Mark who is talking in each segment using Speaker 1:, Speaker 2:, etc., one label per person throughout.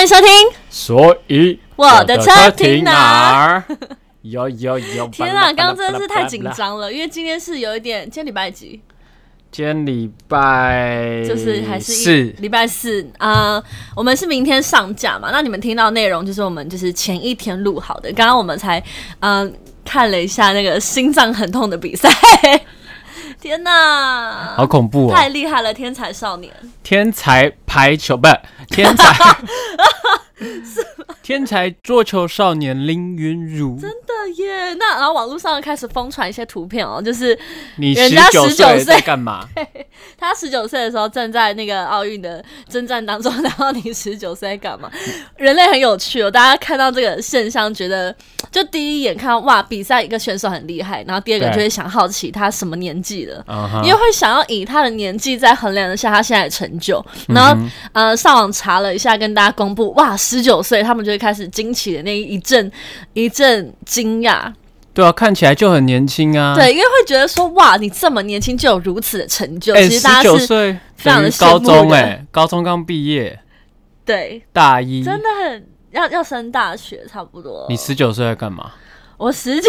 Speaker 1: 迎收听。
Speaker 2: 所以
Speaker 1: 我的车停哪
Speaker 2: 儿？ 有有有！
Speaker 1: 天啊，刚刚真的是太紧。张了，因为今天是有一点，今天礼拜几？
Speaker 2: 今天礼拜
Speaker 1: 就是还是一
Speaker 2: 四
Speaker 1: 礼拜四啊、呃我们是明天上架嘛？那你们听到内容就是我们就是前一天录好的。刚刚我们才嗯、呃看了一下那个心脏很痛的比赛， 天哪，
Speaker 2: 好恐怖
Speaker 1: 太
Speaker 2: 哦！
Speaker 1: 厉害了，天才少年！
Speaker 2: 天才排球不是 天才， 天才桌球少年林云如，
Speaker 1: 真的耶！那然后网络上开始疯传一些图片哦，就是
Speaker 2: 你
Speaker 1: 人
Speaker 2: 十
Speaker 1: 家
Speaker 2: 九
Speaker 1: 19岁
Speaker 2: 在干 嘛？
Speaker 1: 他十九岁的时候正在那个奥运的征战当中， 然后你十九岁在干嘛？人类很有趣哦，大家看到这个现象，觉得就第一眼看到哇，比赛一个选手很厉害，然后第二个
Speaker 2: 对
Speaker 1: 就会想好奇他什么年纪了。
Speaker 2: 嗯哼
Speaker 1: 因为会想要以他的年纪再衡量一下他现在的成就，然
Speaker 2: 嗯
Speaker 1: 后、呃上网查了一下，跟大家公布，哇，十九岁，他们就会开始惊奇的那一阵一阵惊讶，
Speaker 2: 对啊，看起来就很年轻啊。，
Speaker 1: 对，因为会觉得说哇，你这么年轻就有如此的成就，
Speaker 2: 哎，
Speaker 1: 其实
Speaker 2: 十
Speaker 1: 大家
Speaker 2: 九
Speaker 1: 是
Speaker 2: 岁
Speaker 1: 非常
Speaker 2: 等
Speaker 1: 地
Speaker 2: 于
Speaker 1: 羡
Speaker 2: 高
Speaker 1: 慕
Speaker 2: 中
Speaker 1: 的
Speaker 2: 哎，高中刚毕业，
Speaker 1: 对
Speaker 2: 大一。
Speaker 1: 真的很要要升大学差不多。
Speaker 2: 你十九岁在干嘛？
Speaker 1: 我十九，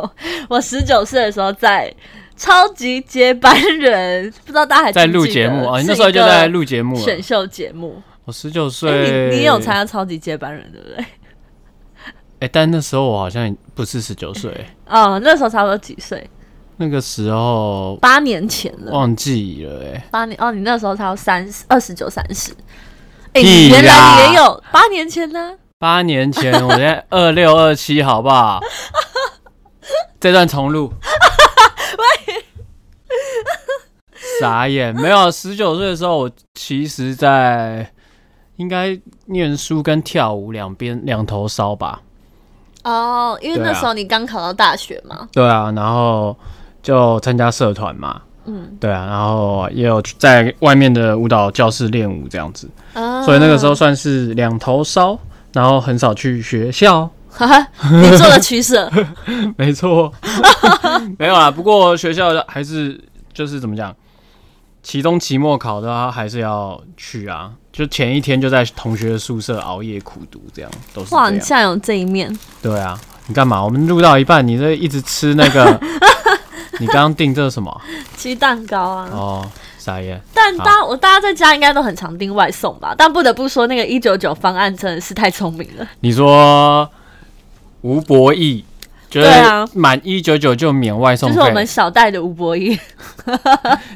Speaker 1: 我十九岁的时候在超级接班人， 不知道大家还记不
Speaker 2: 在录
Speaker 1: 记
Speaker 2: 节
Speaker 1: 得
Speaker 2: 目啊？
Speaker 1: 是
Speaker 2: 你那时候
Speaker 1: 一
Speaker 2: 就
Speaker 1: 个
Speaker 2: 在录节目了
Speaker 1: 选。秀节目。
Speaker 2: 我十九
Speaker 1: 哎、
Speaker 2: 岁，
Speaker 1: 你你有参加超级接班人对不对？
Speaker 2: 哎、但那时候我好像不是十九岁，
Speaker 1: 哦，那时候差不多几岁？
Speaker 2: 那个时候
Speaker 1: 八年前了。
Speaker 2: 忘记了、哎，
Speaker 1: 八年哦，你那时候才有三十二十九三十。哎、你
Speaker 2: 屁
Speaker 1: 原来
Speaker 2: 啦
Speaker 1: 你也有八年前呢、
Speaker 2: 八年前，我在二六二七，好不好？这段重 录。傻眼，没有十九岁的时候，我其实在应该念书跟跳舞两边两头烧吧。
Speaker 1: 哦，因为
Speaker 2: 对
Speaker 1: 那
Speaker 2: 啊
Speaker 1: 时候你刚考到大学嘛。
Speaker 2: 对啊，然后就参加社团嘛。
Speaker 1: 嗯，
Speaker 2: 对啊，然后也有在外面的舞蹈教室练舞这样子。
Speaker 1: 啊
Speaker 2: 所以那个时候算是两头烧，然后很少去学校。
Speaker 1: 哈哈，啊 你做了取 舍，
Speaker 2: 没错， 没有啦。不过学校还是就是怎么讲，期中、期末考的话还是要去啊。就前一天就在同学宿舍熬夜苦读，这样都是
Speaker 1: 哇，
Speaker 2: 这
Speaker 1: 你
Speaker 2: 样。
Speaker 1: 竟然有这一面，
Speaker 2: 对啊，你干嘛？我们录到一半，你这一直吃那 个，你刚刚订这是什么？
Speaker 1: 鸡蛋糕啊！
Speaker 2: 哦，傻眼。
Speaker 1: 但大我大家在家应该都很常订外送吧？但不得不说，那个一九九方案真的是太聪明了。
Speaker 2: 你说吴博义，觉
Speaker 1: 对啊
Speaker 2: 得满一九九就免外送
Speaker 1: 就
Speaker 2: 费，
Speaker 1: 是我们小戴的吴博义，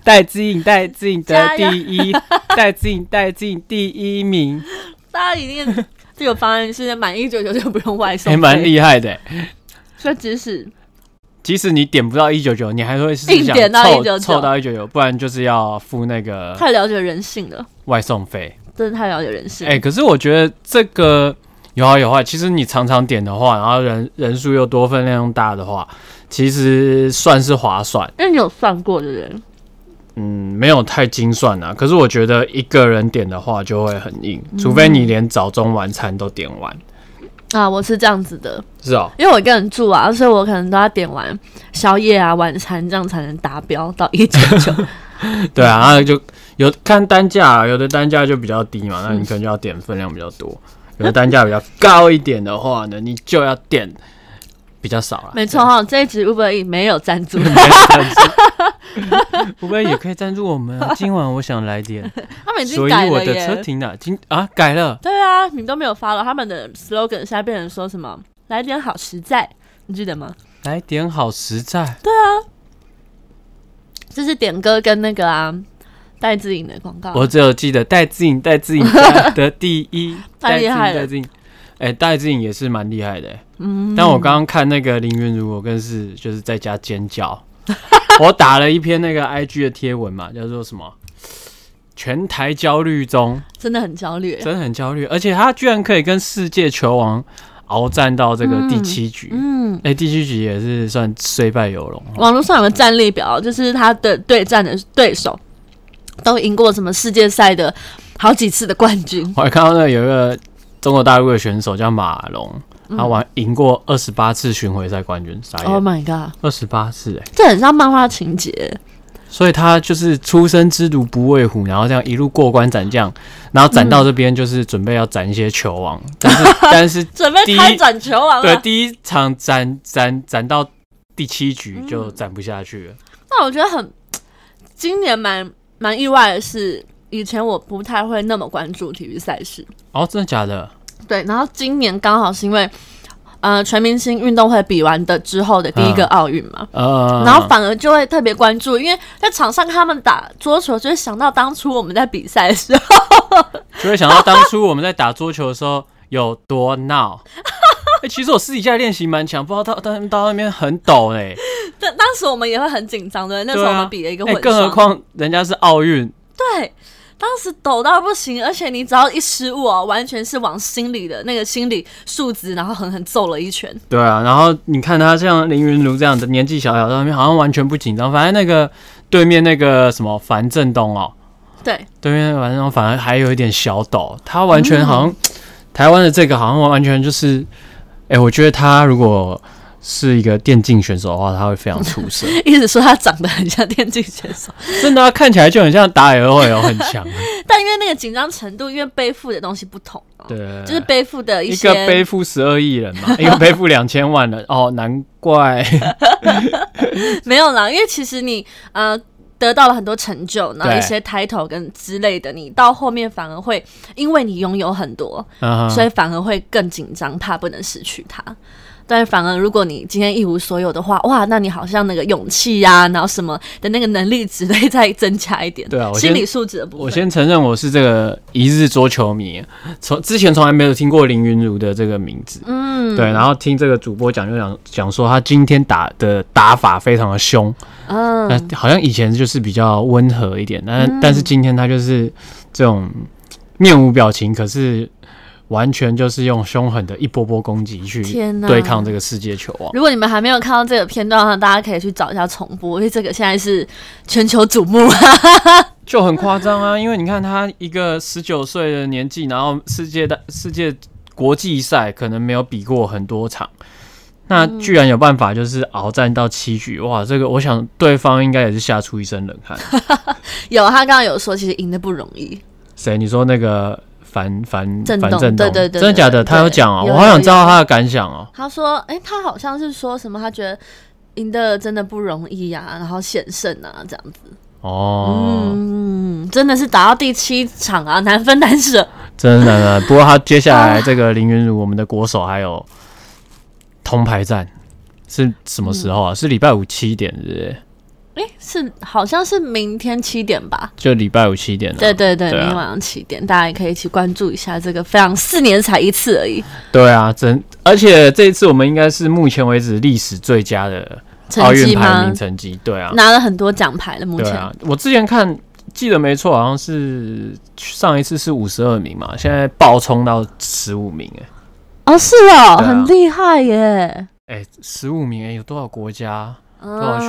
Speaker 2: 戴资颖，戴资颖
Speaker 1: 加
Speaker 2: 得
Speaker 1: 油
Speaker 2: 第一，戴资颖，戴资颖第一名，
Speaker 1: 大家一定这个方案是满一九九就不用外送，
Speaker 2: 还蛮厉害的欸。
Speaker 1: 所以即使
Speaker 2: 即使你点不到一九九，你还会是
Speaker 1: 硬
Speaker 2: 想
Speaker 1: 点到
Speaker 2: 凑
Speaker 1: 199
Speaker 2: 凑到一九九，不然就是要付那个
Speaker 1: 太了解人性了，
Speaker 2: 外送费。
Speaker 1: 真的太了解人性。
Speaker 2: 哎、可是我觉得这个有好有坏。其实你常常点的话，然后人人数又多，分量又大的话，其实算是划算。
Speaker 1: 因为你有算过的人，
Speaker 2: 嗯，没有太精算啊。可是我觉得一个人点的话就会很硬，
Speaker 1: 嗯
Speaker 2: 除非你连早中晚餐都点完。
Speaker 1: 啊，我是这样子的，
Speaker 2: 是哦，
Speaker 1: 因为我一个人住啊，所以我可能都要点完宵夜啊、晚餐，这样才能达标到一九 九。
Speaker 2: 对啊，那就有看单价啊，有的单价就比较低嘛，那你可能就要点分量比较多；有的单价比较高一点的话呢，你就要点比较少了。
Speaker 1: 没错哈，这一集 Uber E 没有赞 助，
Speaker 2: 不会也可以赞助我们、啊？今晚我想来点，
Speaker 1: 他们已经
Speaker 2: 所以
Speaker 1: 改
Speaker 2: 我
Speaker 1: 了
Speaker 2: 的车
Speaker 1: 耶。
Speaker 2: 停哪？今啊改了，
Speaker 1: 对啊，你都没有发了，他们的 slogan 现在变成说什么？来点好实在，你记得吗？
Speaker 2: 来点好实在。
Speaker 1: 这是点歌跟那个啊戴志颖的广告。
Speaker 2: 我只有记得戴志颖，戴志颖 得得第一，
Speaker 1: 太
Speaker 2: 戴志
Speaker 1: 厉
Speaker 2: 颖，
Speaker 1: 害了
Speaker 2: 戴志颖，哎、戴志颖也是蛮厉害的、嗯，但我刚刚看那个林云如，我更是就是在家尖叫。 我打了一篇那个 IG 的贴文嘛，叫做什么？全台焦 虑中，
Speaker 1: 真的很焦虑耶，
Speaker 2: 真的很焦虑，而且他居然可以跟世界球王鏖战到这个第七局，哎、
Speaker 1: 嗯。
Speaker 2: 第七局也是算虽败犹荣。
Speaker 1: 网络上有个战力表，就是他的对战的对手都赢过什么世界赛的好几次的冠军，
Speaker 2: 我还看到那有一个中国大陆的选手叫马龙，
Speaker 1: 嗯
Speaker 2: 他玩赢过二十八次巡回赛冠军，傻
Speaker 1: Oh
Speaker 2: 眼，
Speaker 1: my god，
Speaker 2: 二十八次哎、
Speaker 1: 这很像漫画情节。
Speaker 2: 所以他就是初生之犊不畏虎，然后这样一路过关斩将，然后斩
Speaker 1: 嗯
Speaker 2: 到这边就是准备要斩一些球王，但 是但是
Speaker 1: 准备
Speaker 2: 第一
Speaker 1: 开展球王
Speaker 2: 对
Speaker 1: 了。
Speaker 2: 第一场斩斩斩到第七局
Speaker 1: 嗯
Speaker 2: 就斩不下去了，
Speaker 1: 那我觉得很，今年蛮蛮意外的是，以前我不太会那么关注体育赛事，
Speaker 2: 哦，真的假的？
Speaker 1: 对，然后今年刚好是因为。呃，全明星运动会比完的之后的第一个
Speaker 2: 嗯
Speaker 1: 奥运嘛，
Speaker 2: 呃，
Speaker 1: 然后反而就会特别关注，因为在场上看他们打桌球，就会想到当初我们在比赛的时候，
Speaker 2: 就会想到当初我们在打桌球的时候有多 闹。哎、其实我私底下练习蛮强，不知道到到到那边很抖哎、
Speaker 1: 但当时我们也会很紧张的，那时
Speaker 2: 对
Speaker 1: 候我
Speaker 2: 啊，
Speaker 1: 们比了一个
Speaker 2: 哎
Speaker 1: 混双，
Speaker 2: 更何况人家是奥运，
Speaker 1: 对，当时抖到不行，而且你只要一失误哦，完全是往心里的那个心理数值，然后狠狠揍了一拳。
Speaker 2: 对啊。然后你看他像林云如这样的年纪小小的，好像完全不紧张。反正那个对面那个什么樊振东哦，
Speaker 1: 对，
Speaker 2: 对面樊振东反而还有一点小抖，他完全好像、台湾的这个好像完全就是，哎、我觉得他如果是一个电竞选手的话，他会非常出色。
Speaker 1: 一直说他长得很像电竞选手，
Speaker 2: 真的、啊、看起来就很像打 L O L 哦很强，啊
Speaker 1: 但因为那个紧张程度，因为背负的东西不同啊，
Speaker 2: 对，
Speaker 1: 就是背负的
Speaker 2: 一
Speaker 1: 些
Speaker 2: 个背负十二亿人 嘛，一个背负两千万人，哦，难怪，
Speaker 1: 没有啦，因为其实你呃得到了很多成就，然后
Speaker 2: 对
Speaker 1: 一些 title 跟之类的，你到后面反而会因为你拥有很多，
Speaker 2: 啊
Speaker 1: 所以反而会更紧张，怕不能失去它。但反而如果你今天一无所有的话，哇，那你好像那个勇气呀、然后什么的那个能力值得再增加一点，
Speaker 2: 对啊我先
Speaker 1: 心理素质的部分。
Speaker 2: 我先承认我是这个一日桌球迷，从之前从来没有听过林云如的这个名字，嗯，对，然后听这个主播讲就讲讲说他今天打的打法非常的凶，
Speaker 1: 嗯，
Speaker 2: 那、好像以前就是比较温和一点，但、但是今天他就是这种面无表情，可是完全就是用凶狠的一波波攻击去
Speaker 1: 天哪
Speaker 2: 对抗这个世界球王。
Speaker 1: 如果你们还没有看到这个片段的话，大家可以去找一下重播，因为这个现在是全球瞩目。
Speaker 2: 就很夸张啊，因为你看他一个十九岁的年纪，然后世界的世界国际赛可能没有比过很多场，那
Speaker 1: 嗯
Speaker 2: 居然有办法就是鏖战到七局，哇！这个我想对方应该也是吓出一身冷汗。
Speaker 1: 有他刚刚有说，其实赢得不容易。
Speaker 2: 谁？你说那个樊樊
Speaker 1: 震
Speaker 2: 樊
Speaker 1: 动
Speaker 2: 振东？
Speaker 1: 对对对
Speaker 2: 真的假的？
Speaker 1: 对
Speaker 2: 他有讲哦，
Speaker 1: 有
Speaker 2: 我好
Speaker 1: 有
Speaker 2: 想知
Speaker 1: 有
Speaker 2: 道他的感想哦。
Speaker 1: 他说：“哎、他好像是说什么？他觉得赢得真的不容易呀、然后险胜啊，这样子。
Speaker 2: 哦，
Speaker 1: 嗯，真的是打到第七场啊，难分难舍。
Speaker 2: 真的 呢。不过他接下来这个林云儒，我们的国手还有铜牌战是什么时候
Speaker 1: 嗯
Speaker 2: 啊？是礼拜五七点，是不是？
Speaker 1: 哎、是好像是明天七点吧？
Speaker 2: 就礼拜五七点了。
Speaker 1: 对对对，
Speaker 2: 对啊
Speaker 1: 明天晚上七点，大家也可以一起关注一下这个非常四年才一次而已，
Speaker 2: 对啊，真而且这一次我们应该是目前为止历史最佳的奥
Speaker 1: 成绩
Speaker 2: 运排
Speaker 1: 吗
Speaker 2: 名？成绩。对啊，
Speaker 1: 嗯拿了很多奖牌了，目
Speaker 2: 对
Speaker 1: 前。
Speaker 2: 啊，我之前看记得没错，好像是上一次是五十二名嘛，现在暴冲到十五名、欸，
Speaker 1: 哦，是哦，
Speaker 2: 对啊
Speaker 1: 很厉害耶！
Speaker 2: 哎、十五名哎、有多少国家
Speaker 1: 多
Speaker 2: 多少选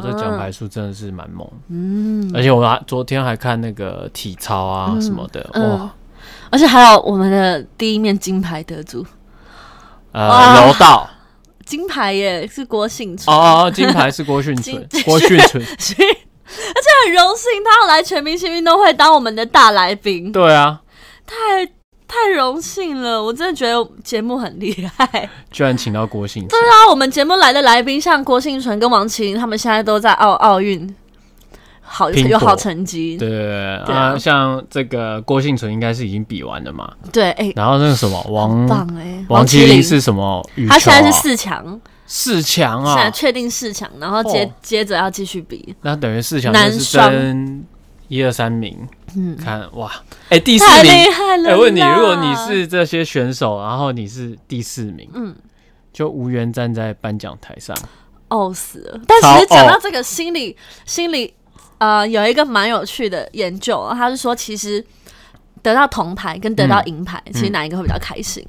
Speaker 1: 嗯
Speaker 2: 这奖牌，数真的是蛮猛。嗯，而且我还昨天还看那个体操啊什么的，
Speaker 1: 嗯
Speaker 2: 哇，
Speaker 1: 而且还有我们的第一面金牌得主，哇啊
Speaker 2: 呃，柔 道
Speaker 1: 金牌耶，是郭幸存。
Speaker 2: 哦哦哦，金牌是郭训
Speaker 1: 金
Speaker 2: 存，郭训
Speaker 1: 所
Speaker 2: 存，
Speaker 1: 以，而且很荣幸他要来全明星运动会当我们的大来宾，
Speaker 2: 对啊，
Speaker 1: 太太荣幸了，我真的觉得节目很厉害。
Speaker 2: 居然请到郭信
Speaker 1: 对啊，我们节目来的来宾像郭幸存跟王麒麟，他们现在都在奥奥运好
Speaker 2: 拼
Speaker 1: 有
Speaker 2: 搏
Speaker 1: 好成绩。
Speaker 2: 对
Speaker 1: 对
Speaker 2: 啊，
Speaker 1: 啊
Speaker 2: 像这个郭幸存应该是已经比完了嘛，
Speaker 1: 对，哎、
Speaker 2: 然后那个什么王
Speaker 1: 棒哎、
Speaker 2: 嗯王
Speaker 1: 麒
Speaker 2: 麒麟是什么羽球啊？
Speaker 1: 他现在是四强，
Speaker 2: 四强
Speaker 1: 现在
Speaker 2: 啊，
Speaker 1: 确定四强，然后接、
Speaker 2: 哦
Speaker 1: 接着要继续比。
Speaker 2: 那等于四强
Speaker 1: 男
Speaker 2: 就是
Speaker 1: 双
Speaker 2: 争一二三名，
Speaker 1: 嗯，
Speaker 2: 看哇，哎第四
Speaker 1: 太
Speaker 2: 名
Speaker 1: 厉，害了！
Speaker 2: 哎问你，如果你。是这些选手，然后你是第四名，
Speaker 1: 嗯，
Speaker 2: 就无缘站在颁奖台上，
Speaker 1: 呕死了。但
Speaker 2: 超
Speaker 1: 其实讲
Speaker 2: 呕
Speaker 1: 到这个心理心理，呃，有一个蛮有趣的研究啊，他是说其实得到铜牌跟得到银牌，其实哪一个会比较开心？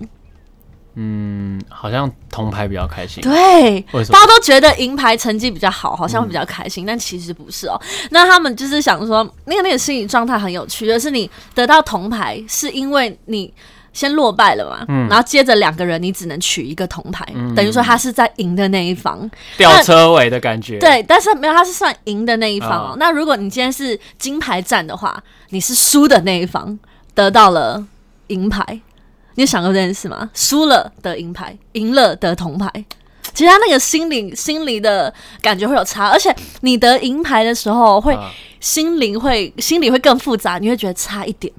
Speaker 2: 嗯，好像铜牌比较开心，
Speaker 1: 对。
Speaker 2: 为什么
Speaker 1: 大？家都觉得银牌成绩比较好，好像会比较开心，但其实不是哦。那他们就是想说，那个那个心理状态很有趣，就是你得到铜牌是因为你先落败了嘛，然后接着两个人你只能取一个铜牌，等于说他是在赢的那一方。
Speaker 2: 吊车尾的感觉。，
Speaker 1: 对，但是没有，他是算赢的那一方哦。
Speaker 2: 哦
Speaker 1: 那如果你今天是金牌战的话，你是输的那一方得到了银牌，你有想过这件事吗？输了得银牌，赢了得铜牌。其实他那个心理心理的感觉会有差，而且你得银牌的时候会，
Speaker 2: 啊
Speaker 1: 心灵会心里会更复杂，你会觉得差一点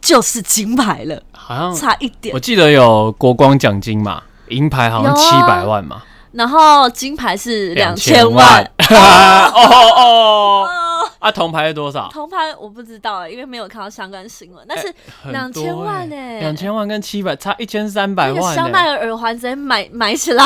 Speaker 1: 就是金牌了，
Speaker 2: 好像
Speaker 1: 差一点
Speaker 2: 嗯我。记得有国光奖金嘛，银牌好像
Speaker 1: 有
Speaker 2: 七
Speaker 1: 啊
Speaker 2: 百万 嘛，
Speaker 1: 然后金牌是两
Speaker 2: 千
Speaker 1: 千万，。
Speaker 2: 哦哦啊，铜牌是多少？
Speaker 1: 铜牌我不知道、因为没有看到相关新闻，但是
Speaker 2: 很多
Speaker 1: 2000万
Speaker 2: 欸，
Speaker 1: 欸
Speaker 2: 两千万跟七百差一千三百
Speaker 1: 那个
Speaker 2: 万、
Speaker 1: 香
Speaker 2: 欸。
Speaker 1: 奈儿耳环直接买买起 来。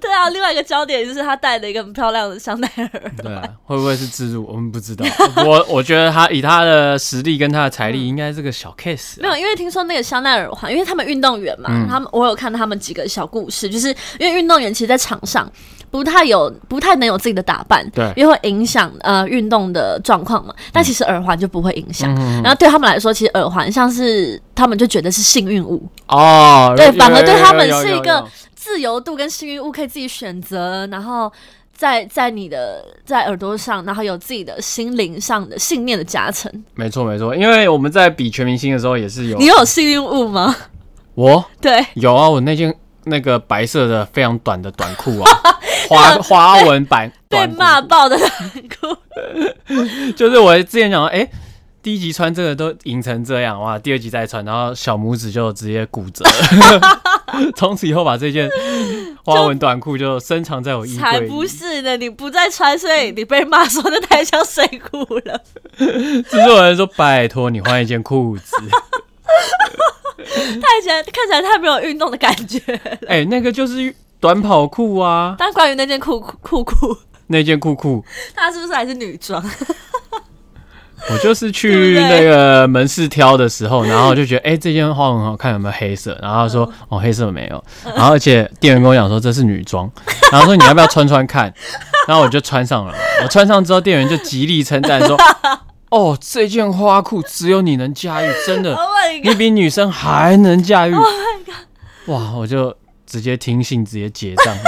Speaker 1: 对啊，另外一个焦点就是他戴了一个很漂亮的香奈 儿。
Speaker 2: 对啊，会不会是自助？我们不知道。我我觉得他以他的实力跟他的财力，应该是个小 case
Speaker 1: 没
Speaker 2: 啊、
Speaker 1: 有，因为听说那个香奈儿耳环，因为他们运动员嘛，
Speaker 2: 嗯
Speaker 1: 他们我有看到他们几个小故事，就是因为运动员其实，在场上不太有不太能有自己的打扮，
Speaker 2: 对
Speaker 1: 因为会影响呃运动的状况嘛。但其实耳环就不会影响。
Speaker 2: 嗯
Speaker 1: 然后对他们来说，其实耳环像是他们就觉得是幸运物，
Speaker 2: 哦，
Speaker 1: 对
Speaker 2: 有
Speaker 1: 反而对他们
Speaker 2: 有有有
Speaker 1: 是一个
Speaker 2: 有有
Speaker 1: 自由度跟幸运物可以自己选择，然后在在你的在耳朵上，然后有自己的心灵上的信念的加成。
Speaker 2: 没错没错，因为我们在比全明星的时候也是有
Speaker 1: 你有幸运物吗？
Speaker 2: 我
Speaker 1: 对，
Speaker 2: 有啊，我那件那个白色的非常短的短裤啊，花花纹版
Speaker 1: 被
Speaker 2: 短裤
Speaker 1: 骂爆的短裤，
Speaker 2: 就是我之前讲说，哎、第一集穿这个都赢成这样哇，第二集再穿，然后小拇指就直接骨折，从此以后把这件花纹短裤就深藏在我衣
Speaker 1: 才
Speaker 2: 柜
Speaker 1: 不
Speaker 2: 里。
Speaker 1: 是呢！你不再穿，所以你被骂说那太像水库了。
Speaker 2: 制作人说：“拜托你换一件 裤子。
Speaker 1: 看起来看起来太没有运动的感觉。”
Speaker 2: 哎、那个就是短跑裤啊，
Speaker 1: 但关于那件裤裤裤，
Speaker 2: 那件裤裤，
Speaker 1: 它是不是还是女 装？
Speaker 2: 我就是去
Speaker 1: 对不对
Speaker 2: 那个门市挑的时候，然后就觉得哎、这件花纹很好看，有没有黑色？然后他说
Speaker 1: 嗯
Speaker 2: 哦黑色没有，然后而且店员跟我讲说这是女装，然后说你要不要穿穿看？然后我就穿上了嘛，我穿上之后店员就极力称赞 说哦这件花裤只有你能驾驭，真
Speaker 1: Oh
Speaker 2: 的，
Speaker 1: my god！
Speaker 2: 你比女生还能驾
Speaker 1: Oh
Speaker 2: 驭。哇，我就直接听信直接结账了，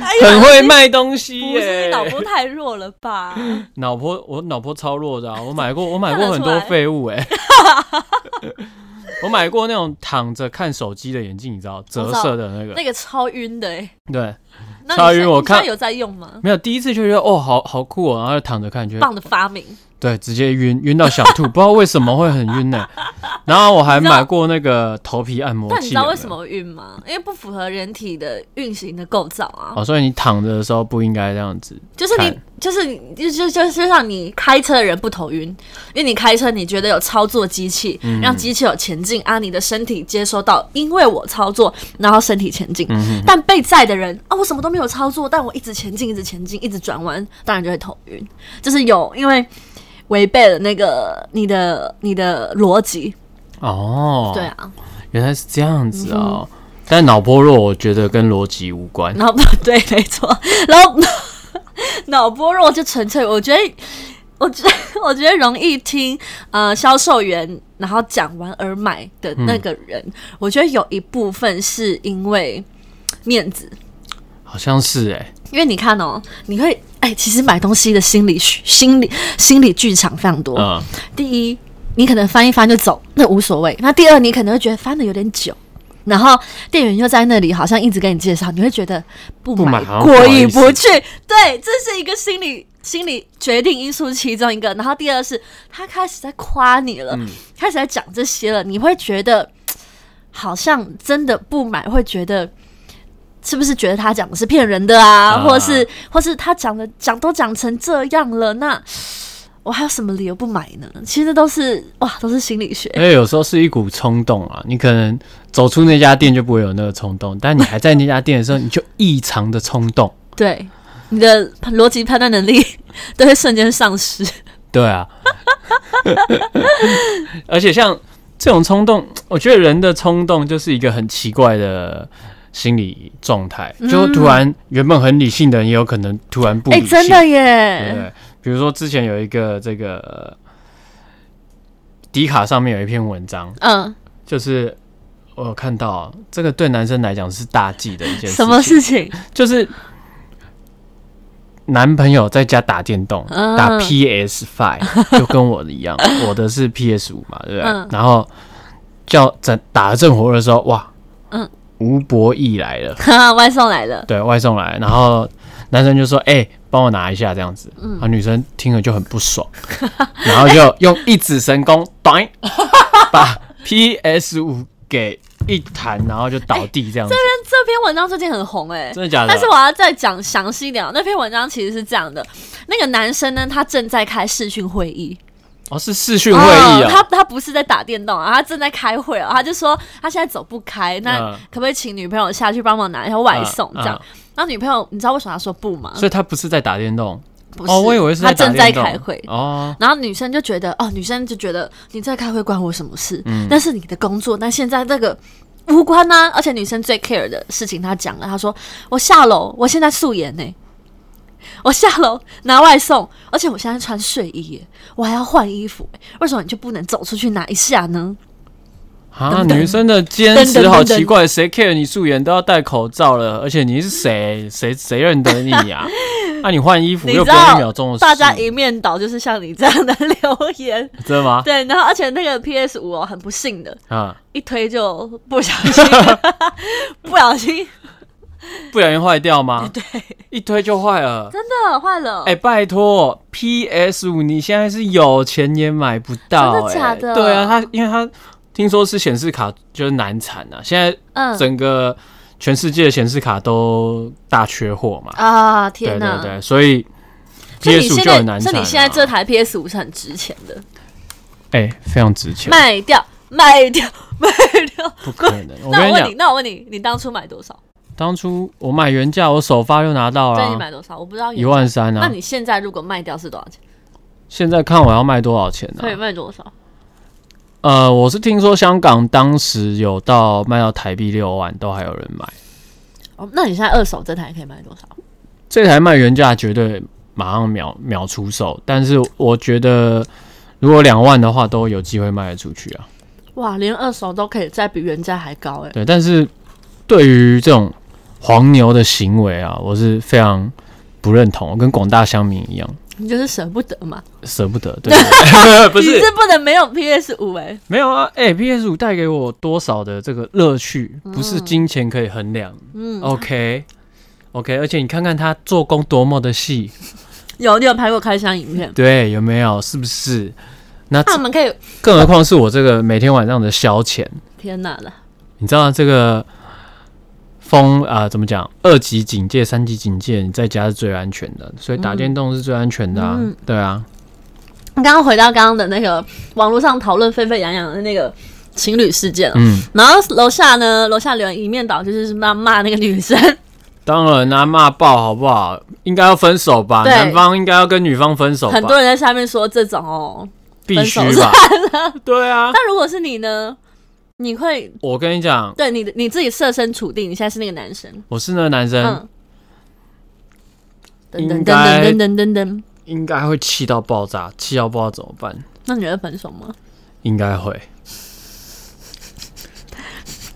Speaker 1: 哎
Speaker 2: 很
Speaker 1: 呀，
Speaker 2: 会卖东西
Speaker 1: 不是
Speaker 2: 耶
Speaker 1: 你。脑波太弱了吧？
Speaker 2: 脑波，我脑波超弱 的、啊，我买过，我买
Speaker 1: 看
Speaker 2: 过
Speaker 1: 得
Speaker 2: 很
Speaker 1: 出
Speaker 2: 多
Speaker 1: 来
Speaker 2: 废物哎、 我买过那种躺着看手机的眼镜，你知道折
Speaker 1: 知道
Speaker 2: 射的那个，
Speaker 1: 那个超晕的哎、
Speaker 2: 对，
Speaker 1: 那你
Speaker 2: 超晕
Speaker 1: 现在
Speaker 2: 我
Speaker 1: 你现在
Speaker 2: 看
Speaker 1: 有在用吗？
Speaker 2: 没有第一次就觉得哦，好好酷哦，然后就躺着看，觉得
Speaker 1: 棒的发明，
Speaker 2: 对，直接晕晕到想 吐，不知道为什么会很晕呢、然后我还
Speaker 1: 你知道
Speaker 2: 买过那个头皮按摩器，
Speaker 1: 但你知道为什
Speaker 2: 有没有？
Speaker 1: 么晕吗？因为不符合人体的运行的构造啊，
Speaker 2: 哦，所以你躺着的时候不应该这样子，
Speaker 1: 就是你
Speaker 2: 看，
Speaker 1: 就是你，就就就是让你开车的人不头晕，因为你开车你觉得有操作机器，
Speaker 2: 嗯
Speaker 1: 让机器有前进啊，你的身体接收到，因为我操作，然后身体前进。
Speaker 2: 嗯
Speaker 1: 但被载的人啊，我什么都没有操作，但我一直前进，一直前进，一直转弯，当然就会头晕，就是有因为违背了那个你的你的逻辑，
Speaker 2: 哦，
Speaker 1: 对，啊，嗯
Speaker 2: 原来是这样子哦。但脑波弱，我觉得跟逻辑无关。
Speaker 1: 然后 对，没错，然后脑波弱就纯粹，我觉得，我觉得，我觉得容易听呃销售员然后讲完而买的那个人，我觉得有一部分是因为面子，
Speaker 2: 好像是哎、
Speaker 1: 因为你看哦，你会哎、其实买东西的心理学心理心理剧场非常多。
Speaker 2: 嗯，
Speaker 1: 第一，你可能翻一翻就走，那无所谓；那第二，你可能会觉得翻的有点久。然后店员又在那里，好像一直跟你介绍，你会觉得不
Speaker 2: 不买
Speaker 1: 买
Speaker 2: 好像
Speaker 1: 过
Speaker 2: 不好
Speaker 1: 意
Speaker 2: 意思
Speaker 1: 不去。对，这是一个心理心理决定因素其中一个。然后第二是他开始在夸你
Speaker 2: 嗯
Speaker 1: 了，开始在讲这些了，你会觉得好像真的不买，会觉得是不是觉得他讲的是骗人的啊，
Speaker 2: 啊
Speaker 1: 或者是或是他讲的讲都讲成这样了，那我还有什么理由不买呢？其实都是哇，都是心理学。
Speaker 2: 因为有时候是一股冲动啊，你可能走出那家店就不会有那个冲动，但你还在那家店的时候，你就异常的冲动。
Speaker 1: 对，你的逻辑判断能力 都会瞬间丧失。
Speaker 2: 对啊， 而且像这种冲动，我觉得人的冲动就是一个很奇怪的心理状态，
Speaker 1: 嗯
Speaker 2: 就突然原本很理性的人，也有可能突然不
Speaker 1: 哎、
Speaker 2: 理性。
Speaker 1: 真的
Speaker 2: 对不
Speaker 1: 耶！
Speaker 2: 对？比如说之前有一个这个呃迪卡上面有一篇文章，
Speaker 1: 嗯，
Speaker 2: 就是我有看到这个对男生来讲是大忌的一件事情，
Speaker 1: 什么事情？
Speaker 2: 就是男朋友在家打电动，
Speaker 1: 嗯
Speaker 2: 打 PS Five，就跟我的一样，我的是 PS 五嘛，对不对？
Speaker 1: 嗯
Speaker 2: 然后叫在打正火热的时候，哇，
Speaker 1: 嗯，
Speaker 2: 吴博义来了，
Speaker 1: 哈哈，外送来了，
Speaker 2: 对外送来，然后男生就说：“哎、帮我拿一下这样子。
Speaker 1: 嗯
Speaker 2: 然后女生听了就很不爽， 然后就用一指神功， 短把 PS 五给一弹，然后就倒地这样子。
Speaker 1: 但这篇文章最近很红哎、
Speaker 2: 真的假的？
Speaker 1: 但是我要再讲详细一点、哦，那篇文章其实是这样的：那个男生呢，他正在开视讯会议，
Speaker 2: 哦，是视讯会议
Speaker 1: 哦
Speaker 2: 啊、
Speaker 1: 他他不是在打电动啊，他正在开会啊。他就说他现在走不开，那
Speaker 2: 嗯
Speaker 1: 可不可以请女朋友下去帮忙拿一下外送
Speaker 2: 嗯
Speaker 1: 这样？然后女朋友，你知道为什么他说不吗？
Speaker 2: 所以他不是在打电动
Speaker 1: 不是，
Speaker 2: 哦，我以为是
Speaker 1: 他
Speaker 2: 打
Speaker 1: 正在
Speaker 2: 电动
Speaker 1: 开会。
Speaker 2: 哦。
Speaker 1: 然后女生就觉得，哦，女生就觉得你在开会关我什么事？那是你的工作，但现在这个无关呐、而且女生最 care 的事情，她讲了，她说我下楼，我现在素颜呢、我下楼拿外送，而且我现在穿睡衣、耶，我还要换衣服、耶为什么你就不能走出去拿一下呢？
Speaker 2: 啊，
Speaker 1: 等等
Speaker 2: 女生的坚持好奇怪，谁 care 你素颜都要戴口罩了，而且你是谁？谁谁认得你 呀、那、你换衣服
Speaker 1: 你
Speaker 2: 又
Speaker 1: 知
Speaker 2: 不哦是一
Speaker 1: 道
Speaker 2: 秒钟的事，
Speaker 1: 大家一面倒，就是像你这样的留言，
Speaker 2: 真的吗？
Speaker 1: 对，然后而且那个 PS 五哦，很不幸的，
Speaker 2: 啊，
Speaker 1: 一推就不小心，不小心
Speaker 2: 不小心坏掉吗？对，一推就坏了。
Speaker 1: 真的坏了。
Speaker 2: 哎、拜托，PS 五你现在是有钱也买不到、
Speaker 1: 真的
Speaker 2: 哎
Speaker 1: 假的
Speaker 2: 对啊，它因为它听说是显示卡就是难产啊，现在
Speaker 1: 嗯
Speaker 2: 整个全世界的显示卡都大缺货嘛。
Speaker 1: 啊，
Speaker 2: 对
Speaker 1: 天哪！
Speaker 2: 对对，所以
Speaker 1: 所以你
Speaker 2: PS 五
Speaker 1: 现
Speaker 2: 就
Speaker 1: 在，
Speaker 2: 很难产、
Speaker 1: 所
Speaker 2: 啊。
Speaker 1: 以你现在这台 PS 五是很值钱的，
Speaker 2: 哎、非常值钱，
Speaker 1: 卖掉，卖掉， 卖掉。
Speaker 2: 不可 能。我
Speaker 1: 那
Speaker 2: 跟
Speaker 1: 我
Speaker 2: 你
Speaker 1: 问
Speaker 2: 讲
Speaker 1: 你，，那我问你，你当初买多少？
Speaker 2: 当初我买原价，我首发就拿到了
Speaker 1: 对，你
Speaker 2: 啊、
Speaker 1: 买多少？我不知道原
Speaker 2: 一
Speaker 1: 价。
Speaker 2: 万三
Speaker 1: 那
Speaker 2: 啊。
Speaker 1: 你现在如果卖掉是多少钱？
Speaker 2: 现在看我要卖多少钱啊呢、
Speaker 1: 可以卖多少？
Speaker 2: 呃，我是听说香港当时有到卖到台币六万，都还有人买。
Speaker 1: 哦，那你现在二手这台可以卖多少？
Speaker 2: 这台卖原价绝对马上秒秒出售，但是我觉得如果两万的话，都有机会卖得出去啊。
Speaker 1: 哇，连二手都可以再比原价还高哎、
Speaker 2: 对，但是对于这种黄牛的行为啊，我是非常不认同，我跟广大乡民一样
Speaker 1: 你就是舍不得嘛，
Speaker 2: 舍不得。对对，对哎不
Speaker 1: 你
Speaker 2: 是
Speaker 1: 是不能没有 PS 五哎、
Speaker 2: 没有啊，哎、p s 五带给我多少的这个乐趣，不是金钱可以衡量。
Speaker 1: 嗯
Speaker 2: OK OK，而且你看看他做工多么的细，
Speaker 1: 有你有拍过开箱影片，
Speaker 2: 对，有没有？是不是？那
Speaker 1: 那我们可以，
Speaker 2: 更何况是我这个每天晚上的消遣，
Speaker 1: 天哪了，
Speaker 2: 你知道这个风啊、呃怎么讲？二级警戒、三级警戒，你在家是最安全的，所以打电动是最安全的啊。
Speaker 1: 嗯
Speaker 2: 对啊，
Speaker 1: 刚刚回到刚刚的那个网络上讨论沸沸扬扬的那个情侣事件、哦，
Speaker 2: 嗯，
Speaker 1: 然后楼下呢，楼下留言一面倒就是骂骂那个女 生，
Speaker 2: 当然啦、骂爆好不好？应该要分手吧，
Speaker 1: 对
Speaker 2: 男方应该要跟女方分手吧，
Speaker 1: 很多人在下面说这种哦。
Speaker 2: 必须
Speaker 1: 分手
Speaker 2: 吧？对啊，
Speaker 1: 那如果是你呢？你会
Speaker 2: 我跟你讲，
Speaker 1: 对你的你自己设身处地，你现在是那个男生，
Speaker 2: 我是那个男生，
Speaker 1: 嗯，噔噔
Speaker 2: 应
Speaker 1: 噔
Speaker 2: 该
Speaker 1: 噔噔噔噔，
Speaker 2: 应该会气到爆炸，气到爆炸怎么办？
Speaker 1: 那你会分手吗？
Speaker 2: 应该会。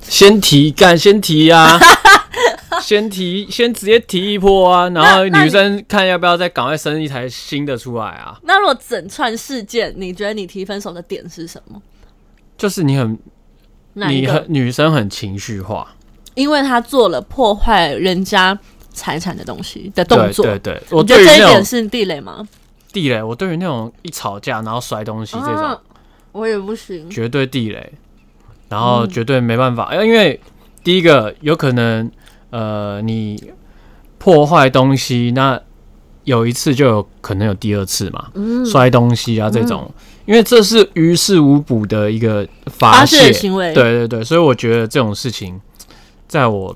Speaker 2: 先提干，先 提呀、先提，先直接提一波啊，然后
Speaker 1: 那那你
Speaker 2: 女生看要不要再赶快生一台新的出来啊。
Speaker 1: 那如果整串事件，你觉得你提分手的点是什么？
Speaker 2: 就是你很，
Speaker 1: 哪一
Speaker 2: 你很
Speaker 1: 个？
Speaker 2: 女生很情绪化，
Speaker 1: 因为他做了破坏人家财产的东西的动
Speaker 2: 对
Speaker 1: 作，
Speaker 2: 对对，我
Speaker 1: 你觉得
Speaker 2: 对于
Speaker 1: 这一
Speaker 2: 那
Speaker 1: 点
Speaker 2: 种
Speaker 1: 是地雷吗？
Speaker 2: 地雷，我对于那种一吵架然后摔东西这种，
Speaker 1: 啊，我也不行。
Speaker 2: 绝对地雷，
Speaker 1: 嗯
Speaker 2: 然后绝对没办法，呃因为第一个有可能呃你破坏东西，那有一次就有可能有第二次嘛，
Speaker 1: 嗯，
Speaker 2: 摔东西啊这种，因为这是于事无补的一个发
Speaker 1: 发泄
Speaker 2: 泄
Speaker 1: 的，行为，
Speaker 2: 对对对，所以我觉得这种事情在我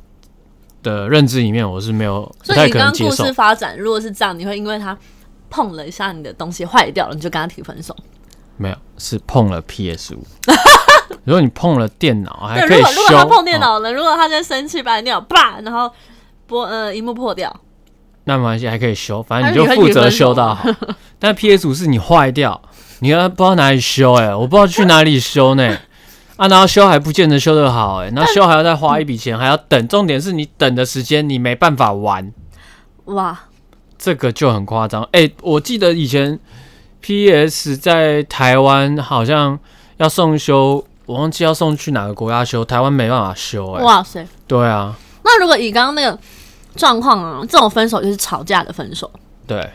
Speaker 2: 的认知里面我是没有不
Speaker 1: 所以
Speaker 2: 太
Speaker 1: 你
Speaker 2: 可
Speaker 1: 刚
Speaker 2: 能
Speaker 1: 刚
Speaker 2: 接
Speaker 1: 故
Speaker 2: 受
Speaker 1: 事，发展，如果是这样，你会因为他碰了一下你的东西坏掉了，你就跟他提分手？
Speaker 2: 没有是碰了 PS 五。如果你碰了电脑，还
Speaker 1: 对，
Speaker 2: 可以
Speaker 1: 如果如果他
Speaker 2: 修
Speaker 1: 碰电
Speaker 2: 哦
Speaker 1: 脑了，如果他在生气把你电脑啪，然后玻呃荧幕破掉，
Speaker 2: 那没关系，还可以修，反正
Speaker 1: 但是
Speaker 2: 你就
Speaker 1: 你会
Speaker 2: 负
Speaker 1: 提
Speaker 2: 责
Speaker 1: 分手
Speaker 2: 修到好。但 PS 五是你坏掉，你看不知道哪里修哎、我不知道去哪里修 呢、啊，然后修还不见得修得好哎、然后修还要再花一笔钱，还要等。重点是你等的时间你没办法玩，
Speaker 1: 哇，
Speaker 2: 这个就很夸张。哎、我记得以前 PS 在台湾好像要送修，我忘记要送去哪个国家修，台湾没办法修哎、
Speaker 1: 哇塞！
Speaker 2: 对啊，
Speaker 1: 那如果以刚刚那个状况啊，这种分手就是吵架的分手。
Speaker 2: 对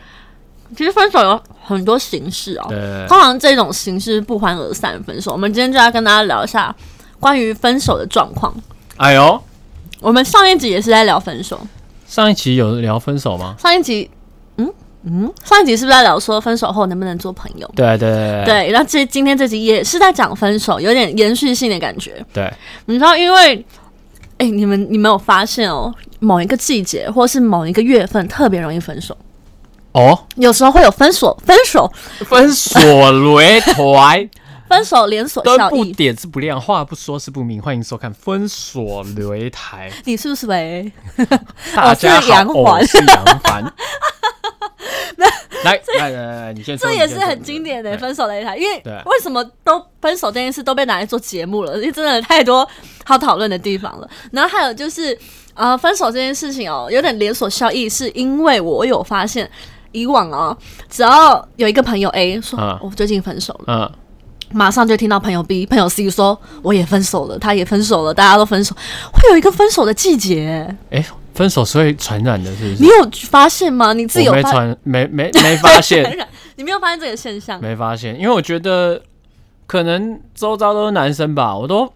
Speaker 1: 其实分手有很多形式哦，
Speaker 2: 对
Speaker 1: 通常这种形式不欢而散分手。我们今天就要跟大家聊一下关于分手的状况。
Speaker 2: 哎呦，
Speaker 1: 我们上一集也是在聊分手，
Speaker 2: 上一期有聊分手吗？
Speaker 1: 上一集，嗯嗯，上一集是不是在聊说分手后能不能做朋友？
Speaker 2: 对对对
Speaker 1: 对，那这今天这集也是在讲分手，有点延续性的感觉。
Speaker 2: 对
Speaker 1: 你知道，因为，哎、你们你们有发现哦，某一个季节或是某一个月份特别容易分手，
Speaker 2: 哦，
Speaker 1: 有时候会有分手分手
Speaker 2: 分所雷团
Speaker 1: 分手连锁
Speaker 2: 灯
Speaker 1: 效
Speaker 2: 不
Speaker 1: 应。
Speaker 2: 点是不亮，话不说是不明。欢迎收看《分所擂台》，
Speaker 1: 你是不是喂？
Speaker 2: 大家
Speaker 1: 是杨
Speaker 2: 好，我
Speaker 1: 环
Speaker 2: 是杨凡。 来来来来，你先说，
Speaker 1: 这
Speaker 2: 你
Speaker 1: 也是
Speaker 2: 先说
Speaker 1: 很经典的。
Speaker 2: 对
Speaker 1: 分手擂台，因为
Speaker 2: 对
Speaker 1: 为什么都分手这件事都被拿来做节目了？因为真的太多好讨论的地方了。然后还有就是，呃，分手这件事情哦，有点连锁效应，是因为我有发现，以往哦，只要有一个朋友 A 说、
Speaker 2: 啊
Speaker 1: 我最近分手了，
Speaker 2: 嗯，
Speaker 1: 马上就听到朋友 B、朋友 C 说我也分手了，他也分手了，大家都分手，会有一个分手的季节。
Speaker 2: 哎，分手是会传染的，是不
Speaker 1: 你
Speaker 2: 是？
Speaker 1: 有发现吗？你自己有
Speaker 2: 我没
Speaker 1: 发
Speaker 2: 传，没没没发 现，
Speaker 1: 现？你没有发现这个现象？
Speaker 2: 没发现，因为我觉得可能周遭都是男生吧，我都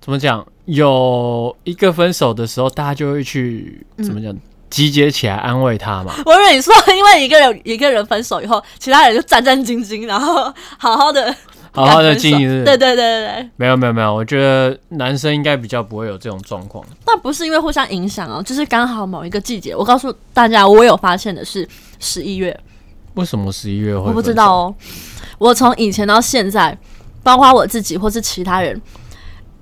Speaker 2: 怎么讲？有一个分手的时候，大家就会去
Speaker 1: 嗯
Speaker 2: 怎么讲？集结起来安慰 他嘛，
Speaker 1: 我以为你说，因为一个人一个人分手以后，其他人就战战兢兢，然后 好好的
Speaker 2: 好好的
Speaker 1: 分手
Speaker 2: 经营日子。
Speaker 1: 对对对对对，
Speaker 2: 没有没有没有，我觉得男生应该比较不会有这种状况。
Speaker 1: 但不是因为互相影响哦，就是刚好某一个季节。我告诉大家，我有发现的是十一月，
Speaker 2: 为什么十一月会？
Speaker 1: 我不知道。哦。我从以前到现在，包括我自己或是其他人，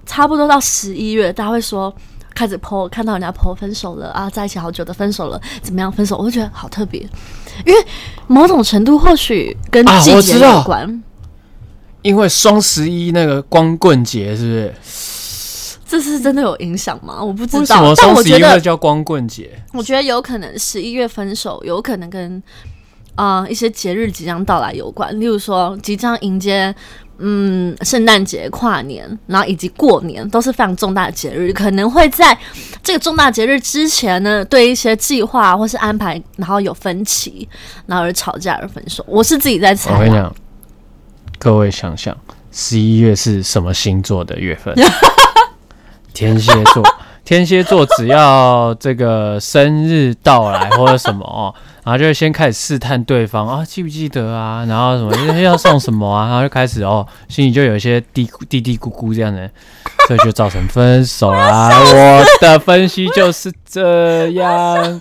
Speaker 1: 差不多到十一月，大家会说开始 PO，看到人家 PO 分手了啊，在一起好久的分手了，怎么样分手？我会觉得好特别，因为某种程度或许跟
Speaker 2: 啊
Speaker 1: 季
Speaker 2: 我
Speaker 1: 节
Speaker 2: 知道
Speaker 1: 有关。
Speaker 2: 因为双十一那个光棍节是不是？
Speaker 1: 这是真的有影响吗？我不知
Speaker 2: 为什
Speaker 1: 道
Speaker 2: 么，
Speaker 1: 但
Speaker 2: 双
Speaker 1: 我
Speaker 2: 十
Speaker 1: 觉
Speaker 2: 一会
Speaker 1: 得，
Speaker 2: 叫光棍节？
Speaker 1: 我觉得有可能十一月分手，有可能跟啊、呃一些节日即将到来有关，例如说即将迎接嗯圣诞节、跨年，然后以及过年都是非常重大的节日，可能会在这个重大节日之前呢，对一些计划或是安排，然后有分歧，然后而吵架而分手。我是自己在猜
Speaker 2: 我跟你
Speaker 1: 啊，
Speaker 2: 讲，各位想想，十一月是什么星座的月份？天蝎座。天蝎座只要这个生日到来或者什么哦，然后就会先开始试探对方啊，记不记得啊，然后什么要送什么啊，然后 就开始哦，心里就有一些嘀咕嘀嘀咕咕这样的，所以就造成分手啦。我的分析就是这样。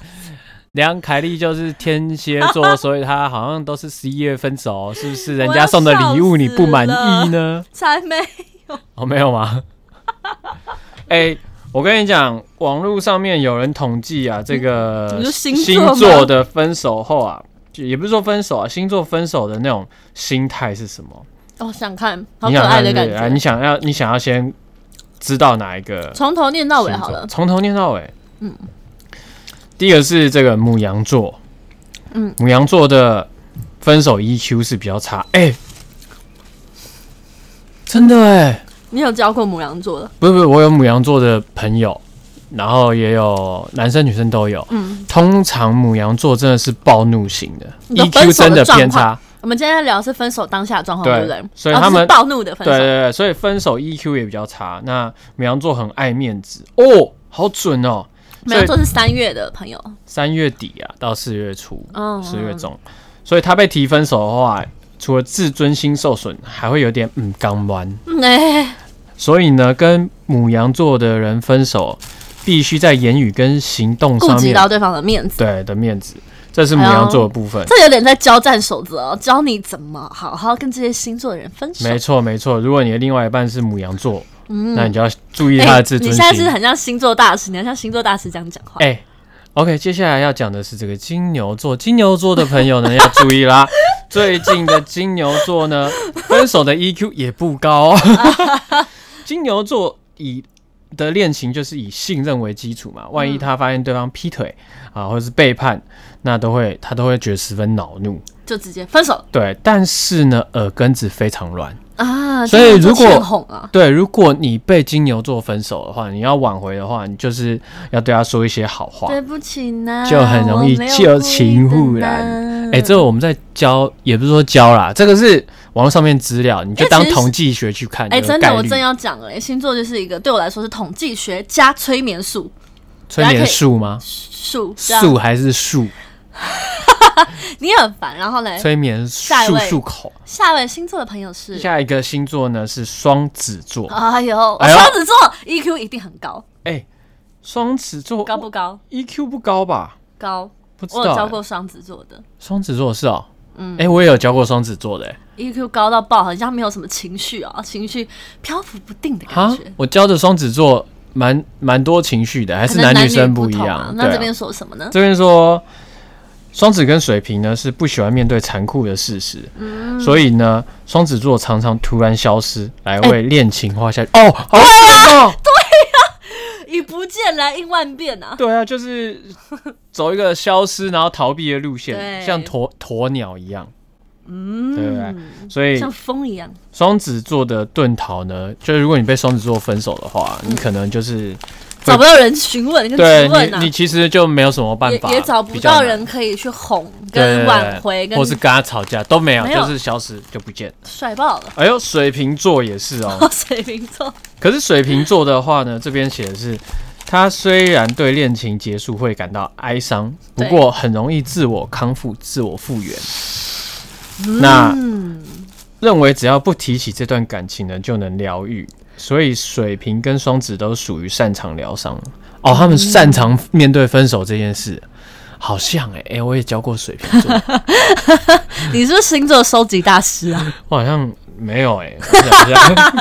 Speaker 2: 梁凯丽就是天蝎座，所以她好像都是十一月份手，是不是？人家送的礼物你不满意呢？
Speaker 1: 猜妹
Speaker 2: 哦，没有吗？ 哎、我跟你讲，网络上面有人统计啊，这个
Speaker 1: 你说星座
Speaker 2: 星
Speaker 1: 吗
Speaker 2: 座的分手后啊，就也不是说分手啊，星座分手的那种心态是什么？
Speaker 1: 哦，想看好
Speaker 2: 你
Speaker 1: 可
Speaker 2: 想
Speaker 1: 爱
Speaker 2: 看
Speaker 1: 的
Speaker 2: 对不
Speaker 1: 感
Speaker 2: 对啊？
Speaker 1: 觉，
Speaker 2: 你想要你想要先知道哪一个
Speaker 1: 从头念到尾
Speaker 2: 星
Speaker 1: 好
Speaker 2: 座
Speaker 1: 了。
Speaker 2: 从头念到尾。
Speaker 1: 嗯
Speaker 2: 嗯，第一个是这个母羊座，
Speaker 1: 嗯
Speaker 2: 嗯，母羊座的分手 EQ 是比较差，哎、真的哎、
Speaker 1: 你有教过母羊座的？
Speaker 2: 不是不是，我有母羊座的朋友，然后也有男生女生都有。
Speaker 1: 嗯，
Speaker 2: 通常母羊座真的是暴怒型的
Speaker 1: 你的分
Speaker 2: ，EQ
Speaker 1: 手的
Speaker 2: 真的
Speaker 1: 状
Speaker 2: 偏
Speaker 1: 况
Speaker 2: 差。
Speaker 1: 我们今天聊的是分手当下的状况，
Speaker 2: 对
Speaker 1: 对不对？
Speaker 2: 所以
Speaker 1: 哦
Speaker 2: 他们
Speaker 1: 就是暴怒的分
Speaker 2: 对
Speaker 1: 手，
Speaker 2: 对对，所以分手 EQ 也比较差。那母羊座很爱面子哦，好准哦。
Speaker 1: 没有做是三月的朋友，
Speaker 2: 三月底啊，到四月初，
Speaker 1: 嗯，
Speaker 2: 四月中，所以他被提分手的话，除了自尊心受损，还会有点嗯刚弯。
Speaker 1: 嗯，哎，
Speaker 2: 所以呢，跟母羊座的人分手，必须在言语跟行动
Speaker 1: 顾
Speaker 2: 上
Speaker 1: 及
Speaker 2: 面
Speaker 1: 到对方的面子，
Speaker 2: 对的面子，这是母羊座的部分。
Speaker 1: 这有点在交战守则哦，教你怎么好好跟这些星座的人分手。哎
Speaker 2: 没错没错，如果你的另外一半是母羊座，
Speaker 1: 嗯
Speaker 2: 那你就要注意
Speaker 1: 哎
Speaker 2: 他的自尊
Speaker 1: 你
Speaker 2: 心
Speaker 1: 现在。是很像星座大师，你要像星座大师这样讲话。
Speaker 2: 哎、 OK，接下来要讲的是这个金牛座，金牛座的朋友呢要注 意啦。最近的金牛座呢，分手的 EQ 也不高、 哦。金牛座以的恋情就是以信任为基础嘛，万一他发现对方劈腿
Speaker 1: 嗯
Speaker 2: 啊，或者是背叛，那都会他都会觉得十分恼怒。
Speaker 1: 就直接分手
Speaker 2: 对，但是呢，耳根子非常软。
Speaker 1: 啊！
Speaker 2: 所
Speaker 1: 金
Speaker 2: 以
Speaker 1: 牛座
Speaker 2: 如果
Speaker 1: 欠哄啊，
Speaker 2: 对，如果你被金牛座分手的话，你要挽回的话，你就是要对他说一些好话。
Speaker 1: 对不起呢，
Speaker 2: 就很容易
Speaker 1: 我没有
Speaker 2: 旧情
Speaker 1: 故意的
Speaker 2: 复
Speaker 1: 呢
Speaker 2: 燃哎、这个我们在教，也不是说教啦，这个是网络上面资料，你就
Speaker 1: 因为
Speaker 2: 当
Speaker 1: 其实
Speaker 2: 统计学去看。
Speaker 1: 哎、
Speaker 2: 有
Speaker 1: 真
Speaker 2: 概
Speaker 1: 的，我
Speaker 2: 率
Speaker 1: 正要讲了、哎星座就是一个对我来说是统计学加催眠术
Speaker 2: 催
Speaker 1: 大家
Speaker 2: 眠
Speaker 1: 可以
Speaker 2: 术吗？
Speaker 1: 术这样
Speaker 2: 术还是术？
Speaker 1: 你很烦。然后嘞，
Speaker 2: 催眠
Speaker 1: 哎下一
Speaker 2: 术
Speaker 1: 位
Speaker 2: 术口。
Speaker 1: 下一位星座的朋友是，
Speaker 2: 下一个星座呢是双子座。
Speaker 1: 哎呦，
Speaker 2: 哎呦
Speaker 1: 双子座 EQ 一定很高，
Speaker 2: 哎、双子座
Speaker 1: 高不高？
Speaker 2: EQ 不高吧？
Speaker 1: 高，
Speaker 2: 不知道、
Speaker 1: 我有教
Speaker 2: 哎
Speaker 1: 过双子座的
Speaker 2: 双子座是哦、嗯，哎、我也有教过双子座的、哎
Speaker 1: EQ E 高到爆，好像没有什么情绪啊，情绪漂浮不定的感
Speaker 2: 哈
Speaker 1: 觉。，
Speaker 2: 我教的双子座蛮蛮多情绪的，还
Speaker 1: 可
Speaker 2: 是
Speaker 1: 能
Speaker 2: 男
Speaker 1: 女
Speaker 2: 生
Speaker 1: 不
Speaker 2: 一
Speaker 1: 同
Speaker 2: 样。
Speaker 1: 啊。
Speaker 2: 对
Speaker 1: 那
Speaker 2: 啊
Speaker 1: 这边说什么呢？
Speaker 2: 这边说，双子跟水瓶呢是不喜欢面对残酷的事实，
Speaker 1: 嗯
Speaker 2: 所以呢，双子座常常突然消失，来
Speaker 1: 哎
Speaker 2: 为恋情画下、哦，好爽
Speaker 1: 啊
Speaker 2: 哦！
Speaker 1: 以不见来应万变啊！
Speaker 2: 对啊，就是走一个消失然后逃避的路线，
Speaker 1: 对
Speaker 2: 像鸵鸵鸟一样，
Speaker 1: 嗯，
Speaker 2: 对不对？所以
Speaker 1: 像风一样，
Speaker 2: 双子座的遁逃呢，就是如果你被双子座分手的话，
Speaker 1: 嗯
Speaker 2: 你可能就是
Speaker 1: 找不到人询问跟
Speaker 2: 对
Speaker 1: 质问啊
Speaker 2: 你，你其实就没有什么办
Speaker 1: 也
Speaker 2: 法，
Speaker 1: 也找不
Speaker 2: 比较
Speaker 1: 到
Speaker 2: 难
Speaker 1: 人可以去哄
Speaker 2: 对对
Speaker 1: 跟
Speaker 2: 对
Speaker 1: 挽回，跟
Speaker 2: 或是跟他吵架都没有，
Speaker 1: 没有
Speaker 2: 就是消失就不见。
Speaker 1: 甩爆了。
Speaker 2: 哎呦，水瓶座也是哦。
Speaker 1: 水瓶座
Speaker 2: 可是水瓶座的话呢，这边写的是，他虽然对恋情结束会感到哀伤，不
Speaker 1: 对
Speaker 2: 过很容易自我康复、自我复原。那认为只要不提起这段感情呢，就能疗愈。所以水瓶跟双子都属于擅长疗伤哦，他们擅长面对分手这件事，好像哎、欸、哎、我也教过水 瓶座，
Speaker 1: 你是不是星座收集大师啊？
Speaker 2: 我好像没有哎、我想一下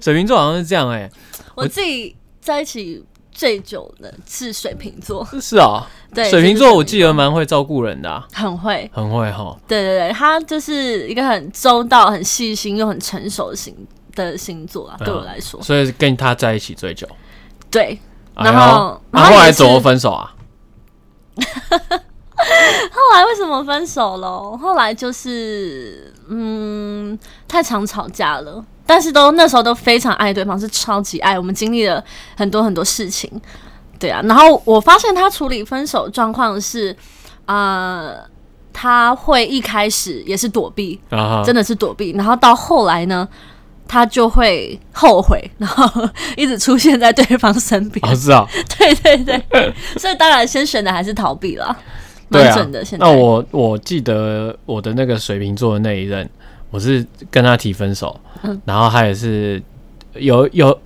Speaker 2: 水瓶座好像是这样哎、
Speaker 1: 我自己在一起最久的是水瓶 座，
Speaker 2: 是啊、
Speaker 1: 对，
Speaker 2: 水瓶
Speaker 1: 就
Speaker 2: 座
Speaker 1: 是
Speaker 2: 我记得蛮会照顾人的、啊，
Speaker 1: 很会，
Speaker 2: 很会哈。
Speaker 1: 对对对，他就是一个很周到、很细心又很成熟的星的星座啊，对我来说，
Speaker 2: 嗯所以跟他在一起最久。
Speaker 1: 对。
Speaker 2: 哎
Speaker 1: 然
Speaker 2: 呦
Speaker 1: 后
Speaker 2: 啊
Speaker 1: 然后
Speaker 2: 后来
Speaker 1: 也是
Speaker 2: 怎么分手啊？
Speaker 1: 后来为什么分手了？后来就是，嗯，太常吵架了。但是都那时候都非常爱对方，是超级爱。我们经历了很多很多事情，对啊。然后我发现他处理分手状况是，呃，他会一开始也是躲避，
Speaker 2: 啊哈
Speaker 1: 真，的是躲避。然后到后来呢，他就会后悔，然后一直出现在对方身边。
Speaker 2: 哦是啊，
Speaker 1: 对对对，所以当然先选的还是逃避啦，
Speaker 2: 对
Speaker 1: 蛮
Speaker 2: 啊
Speaker 1: 准的。。现在
Speaker 2: 那我我记得我的那个水瓶座的那一任，我是跟他提分手，
Speaker 1: 嗯
Speaker 2: 然后他也是有有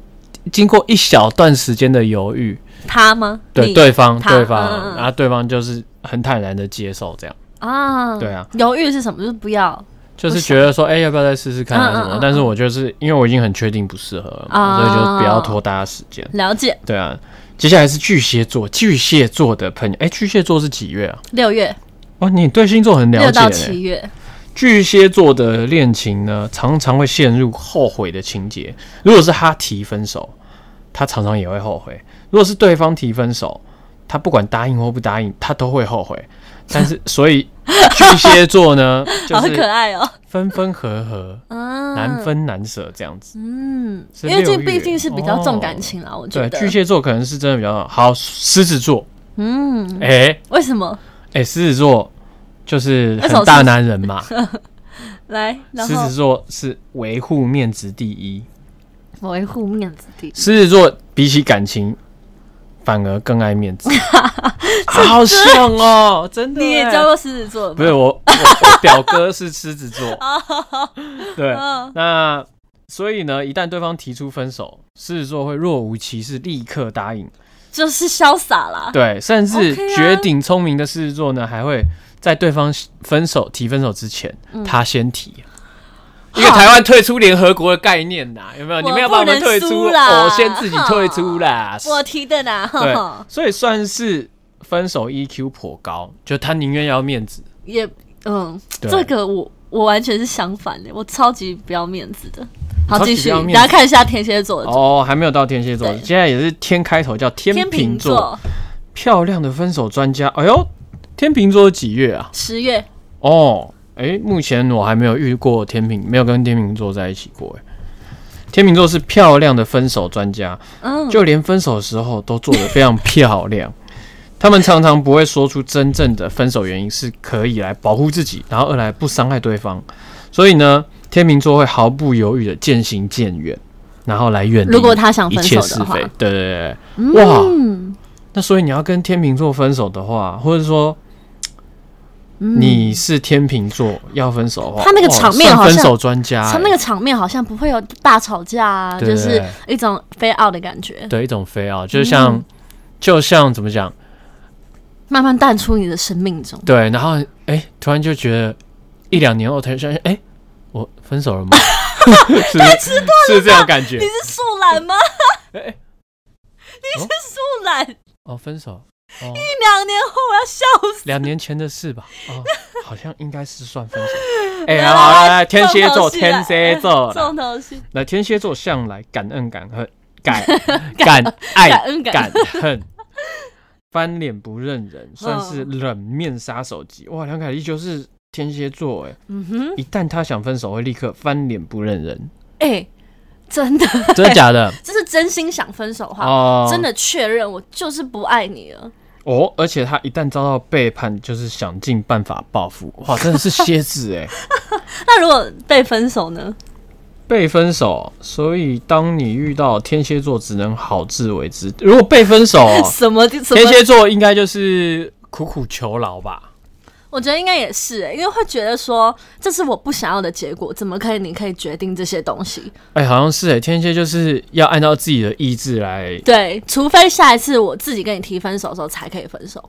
Speaker 2: 经过一小段时间的犹豫，
Speaker 1: 他吗？
Speaker 2: 对
Speaker 1: 你
Speaker 2: 对方
Speaker 1: 他
Speaker 2: 对
Speaker 1: 嗯嗯
Speaker 2: 方，
Speaker 1: 嗯
Speaker 2: 然后对方就是很坦然的接受这样。
Speaker 1: 啊，
Speaker 2: 对啊，
Speaker 1: 犹豫是什么？就是不要
Speaker 2: 就是觉得说，哎、要不要再试试看啊
Speaker 1: 嗯嗯
Speaker 2: 什么？
Speaker 1: 嗯
Speaker 2: 但是我就是因为我已经很确定不适合了嘛，
Speaker 1: 啊
Speaker 2: 所以就不要拖大家时间。
Speaker 1: 了解。
Speaker 2: 对啊，接下来是巨蟹座，巨蟹座的朋友，哎、巨蟹座是几月啊？
Speaker 1: 六月
Speaker 2: 哇，哦你对星座很了
Speaker 1: 六
Speaker 2: 解、
Speaker 1: 到
Speaker 2: 欸
Speaker 1: 七。月，
Speaker 2: 巨蟹座的恋情呢，常常会陷入后悔的情节。如果是他提分手，他常常也会后悔；如果是对方提分手，他不管答应或不答应，他都会后悔。但是，所 以巨蟹座呢，就
Speaker 1: 好可
Speaker 2: 是
Speaker 1: 爱哦。
Speaker 2: 分分合合。
Speaker 1: 啊，
Speaker 2: 难分难舍这样子。
Speaker 1: 嗯，
Speaker 2: 是
Speaker 1: 因为这
Speaker 2: 六月
Speaker 1: 毕竟是比较重感
Speaker 2: 哦
Speaker 1: 情啦，我觉
Speaker 2: 对，
Speaker 1: 得
Speaker 2: 巨。蟹座可能是真的比较好。狮子座，
Speaker 1: 嗯，
Speaker 2: 哎、欸、
Speaker 1: 为什么？
Speaker 2: 哎，狮、子座就是
Speaker 1: 为什么
Speaker 2: 很大男人嘛。
Speaker 1: 来， 然
Speaker 2: 狮
Speaker 1: 后
Speaker 2: 子座是维护面子第一。
Speaker 1: 维护面子第一，
Speaker 2: 狮子座比起感情，反而更 爱面子，啊好像哦，真的欸。
Speaker 1: 你也教过狮子座的
Speaker 2: 不
Speaker 1: 吧？
Speaker 2: 是我，我我表哥是狮 子座。对，
Speaker 1: 哦
Speaker 2: 那所以呢，一旦对方提出分手，狮子座会若无其事，立刻答应。
Speaker 1: 就是潇洒 啦。
Speaker 2: 对，甚至
Speaker 1: OK 啊
Speaker 2: 绝顶聪明的狮
Speaker 1: 嗯
Speaker 2: 子座呢，还会在对方分手提分手之前，他先提。因为台湾退出联合国的概念呐，有没有？
Speaker 1: 我
Speaker 2: 你没有把我们退
Speaker 1: 不
Speaker 2: 出，
Speaker 1: 能输啦
Speaker 2: 我先自己退出啦。
Speaker 1: 我提的啦，
Speaker 2: 对
Speaker 1: 哈，
Speaker 2: 所以算是分手 EQ 颇高，就他宁愿要面子。
Speaker 1: 也嗯，
Speaker 2: 对
Speaker 1: 这个我我完全是相反的，我超级不要面子的。好，
Speaker 2: 超级
Speaker 1: 继
Speaker 2: 不
Speaker 1: 续，
Speaker 2: 要面
Speaker 1: 大
Speaker 2: 子
Speaker 1: 家看一下天蝎座的
Speaker 2: 哦，还没有到天蝎座，
Speaker 1: 对
Speaker 2: 现在也是天开头，叫天
Speaker 1: 天秤
Speaker 2: 秤
Speaker 1: 座，
Speaker 2: 漂亮的分手专家。哎呦，天秤座几月啊？
Speaker 1: 十月
Speaker 2: 哦，哎，目前我还没有遇过天秤，没有跟天秤座在一起过。哎，天秤座是漂亮的分手专家，
Speaker 1: 嗯，
Speaker 2: 就连分手的时候都做得非常漂 亮。他们常常不会说出真正的分手原因，是可以来保护自己，然后二来不伤害对方。所以呢，天秤座会毫不犹豫的渐行渐远，然后来远离
Speaker 1: 如果他想
Speaker 2: 一
Speaker 1: 分
Speaker 2: 切
Speaker 1: 手
Speaker 2: 是
Speaker 1: 的话
Speaker 2: 非，。对对对对，哇！
Speaker 1: 嗯，
Speaker 2: 那所以你要跟天秤座分手的话，或者说
Speaker 1: 嗯
Speaker 2: 你是天秤座要分手的话，
Speaker 1: 他那个
Speaker 2: 哇
Speaker 1: 场面
Speaker 2: 算
Speaker 1: 好像
Speaker 2: 分手专家、欸
Speaker 1: 他那个场面好像不会有大吵架啊，
Speaker 2: 对
Speaker 1: 就是一种非 out 的感觉，
Speaker 2: 的一种非啊，就像、
Speaker 1: 嗯
Speaker 2: 就像怎么讲？
Speaker 1: 慢慢淡出你的生命中。
Speaker 2: 对，然后哎、突然就觉得一两年后才发现，哎、我分手 了吗？是是这种感觉
Speaker 1: 你是树懒吗？
Speaker 2: 哎
Speaker 1: 你是树懒，一
Speaker 2: 哦，分手哦，
Speaker 1: 两年后我要笑死。
Speaker 2: 两年前的事吧，哦，好像应该是算分手。
Speaker 1: 没
Speaker 2: 哎、
Speaker 1: 有
Speaker 2: 好
Speaker 1: 啦
Speaker 2: 好来，天蝎
Speaker 1: 重头
Speaker 2: 座，
Speaker 1: 戏啦
Speaker 2: 天蝎座啦，
Speaker 1: 重头戏，
Speaker 2: 那天蝎座向来感恩感恨， 感感爱
Speaker 1: 感恩感
Speaker 2: 感恨， 翻脸不认人，算是
Speaker 1: 嗯
Speaker 2: 冷面杀手级。哇，梁凯丽就是天蝎座，哎，
Speaker 1: 嗯哼，
Speaker 2: 一旦他想分手，会立刻翻脸不认人，
Speaker 1: 哎、真的，
Speaker 2: 真的假 的？
Speaker 1: 这是真心想分手的话，
Speaker 2: 哦，
Speaker 1: 真的确认我就是不爱你了。
Speaker 2: 哦，而且他一旦遭到背叛，就是想尽办法报复。哇，真的是蝎子哎，
Speaker 1: 那如果被分手呢？
Speaker 2: 被分手。所以当你遇到天蝎座，只能好自为之。如果被分手，
Speaker 1: 什么什
Speaker 2: 天
Speaker 1: 么？
Speaker 2: 蝎座应该就是苦苦求饶吧。
Speaker 1: 我觉得应该也是、欸，因为会觉得说这是我不想要的结果，怎么可以你可以决定这些东西？
Speaker 2: 哎、好像是哎、天蝎就是要按照自己的意志来
Speaker 1: 对，除非下一次我自己跟你提分手的时候才可以分手，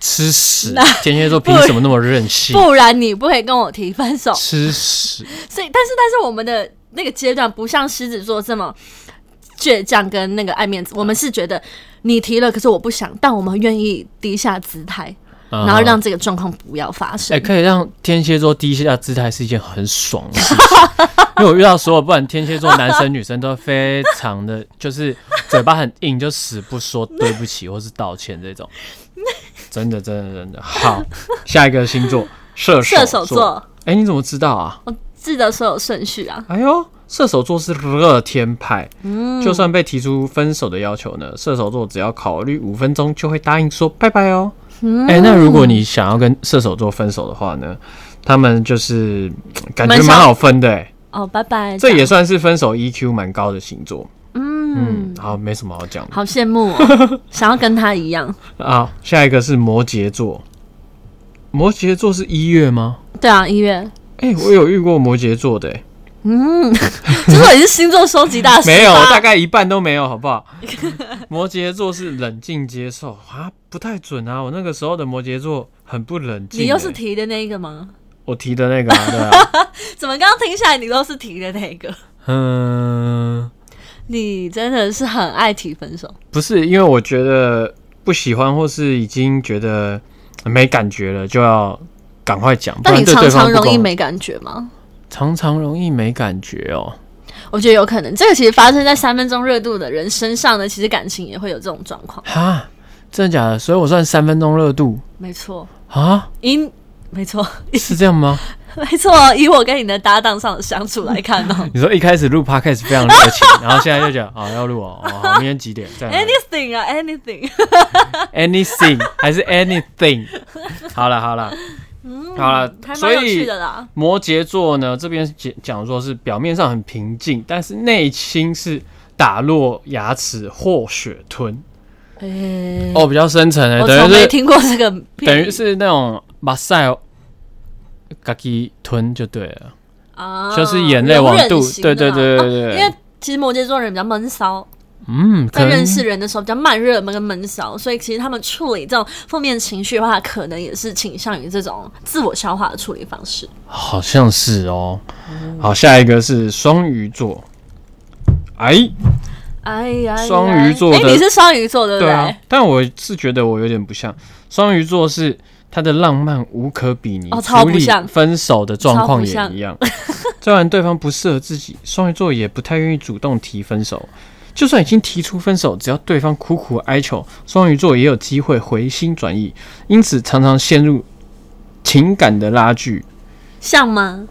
Speaker 2: 吃屎。天蝎座凭什么那么任性？
Speaker 1: 不然你不可以跟我提分手。
Speaker 2: 吃屎！
Speaker 1: 所以，但是但是我们的那个阶段不像狮子座这么倔强跟那个爱面子，我们是觉得你提了，可是我不想，但我们愿意低下姿态，然后让这个状况不要发
Speaker 2: 啊哎、
Speaker 1: 生。
Speaker 2: 可以让天蝎座低下姿态是一件很爽的事情，因为我遇到所有不管天蝎座男生女生都非常的就是嘴巴很硬，就死不说对不起或是道歉这种。真的真的真的好，下一个星座射手
Speaker 1: 射手座，
Speaker 2: 哎、你怎么知道啊？
Speaker 1: 我记得所有顺序啊，
Speaker 2: 哎呦，射手座是乐天派，
Speaker 1: 嗯
Speaker 2: 就算被提出分手的要求呢，射手座只要考虑五分钟就会答应说拜拜哦。
Speaker 1: 嗯
Speaker 2: 哎、那如果你想要跟射手座分手的话呢，他们就是嗯感觉
Speaker 1: 蛮
Speaker 2: 蛮
Speaker 1: 像
Speaker 2: 好分的、哎，
Speaker 1: 哦，拜拜。
Speaker 2: 这也算是分手 EQ 蛮高的星座。
Speaker 1: 嗯，
Speaker 2: 嗯，好，没什么好讲的
Speaker 1: 好羡慕 哦，想要跟他一样。
Speaker 2: 啊。下一个是摩羯座，摩羯座是一月吗？
Speaker 1: 对啊，一月，
Speaker 2: 哎、我有遇过摩羯座的、哎
Speaker 1: 嗯， 这时候也是星座收集大师吧，
Speaker 2: 没有，大概一半都没有，好不好？摩羯座是冷静接受啊，不太准啊。我那个时候的摩羯座很不冷静欸、
Speaker 1: 你又是提的那一个吗？
Speaker 2: 我提的那 个、啊，对啊，
Speaker 1: 怎么刚刚听起来你都是提的那 一个？
Speaker 2: 嗯，
Speaker 1: 你真的是很爱提分手，
Speaker 2: 不是，因为我觉得不喜欢或是已经觉得没感觉了，就要赶快讲，不
Speaker 1: 但
Speaker 2: 然
Speaker 1: 你
Speaker 2: 对
Speaker 1: 常
Speaker 2: 对方
Speaker 1: 常
Speaker 2: 不
Speaker 1: 容易
Speaker 2: 公
Speaker 1: 没感觉吗？
Speaker 2: 常常容易没感觉哦。
Speaker 1: 我觉得有可能，这个其实发生在三分钟热度的人身上呢，其实感情也会有这种状况。
Speaker 2: 哈，真的假的？所以我算三分钟热度
Speaker 1: 没错，
Speaker 2: 啊？
Speaker 1: 因没错，
Speaker 2: 是这样吗？
Speaker 1: 没错，以我跟你的搭档上的相处来看 哦
Speaker 2: 你说一开始录 podcast 非常热情，然后现在就讲啊、要录哦，哦好明天几点？再来
Speaker 1: ，anything 啊，anything，
Speaker 2: anything 还是 anything？好了好了，好了
Speaker 1: 嗯还，蛮
Speaker 2: 所
Speaker 1: 有趣
Speaker 2: 以
Speaker 1: 的啦。
Speaker 2: 摩羯座呢这边讲讲说是表面上很平静，但是内心是打落牙齿或血吞
Speaker 1: 哎，
Speaker 2: 哦，比较深层的，
Speaker 1: 我
Speaker 2: 等
Speaker 1: 从
Speaker 2: 于
Speaker 1: 没
Speaker 2: 是
Speaker 1: 听过这个片语，
Speaker 2: 等于是那种马赛嘎叽吞就对了，
Speaker 1: 啊，
Speaker 2: 就是眼泪往肚
Speaker 1: 容忍型的啦啊
Speaker 2: 对对对对对
Speaker 1: 哦因为其实摩羯座人比较闷骚，
Speaker 2: 嗯，可
Speaker 1: 在
Speaker 2: 能
Speaker 1: 认识人的时候比较慢热跟闷骚，所以其实他们处理这种负面情绪的话，可能也是倾向于这种自我消化的处理方式。
Speaker 2: 好像是哦。
Speaker 1: 嗯
Speaker 2: 好，下一个是双鱼座。哎，
Speaker 1: 哎呀，哎呀
Speaker 2: 双鱼座的
Speaker 1: 哎、你是双鱼座对不
Speaker 2: 对
Speaker 1: 对？
Speaker 2: 啊，但我是觉得我有点不像双鱼座，是他的浪漫无可比拟，
Speaker 1: 哦超不
Speaker 2: 处理
Speaker 1: 像
Speaker 2: 分手的状况
Speaker 1: 超
Speaker 2: 也
Speaker 1: 不像
Speaker 2: 一样。 虽然对方不适合自己，双鱼座也不太愿意主动提分手。就算已经提出分手，只要对方苦苦哀求，双鱼座也有机会回心转意，因此常常陷入情感的拉锯。
Speaker 1: 像吗？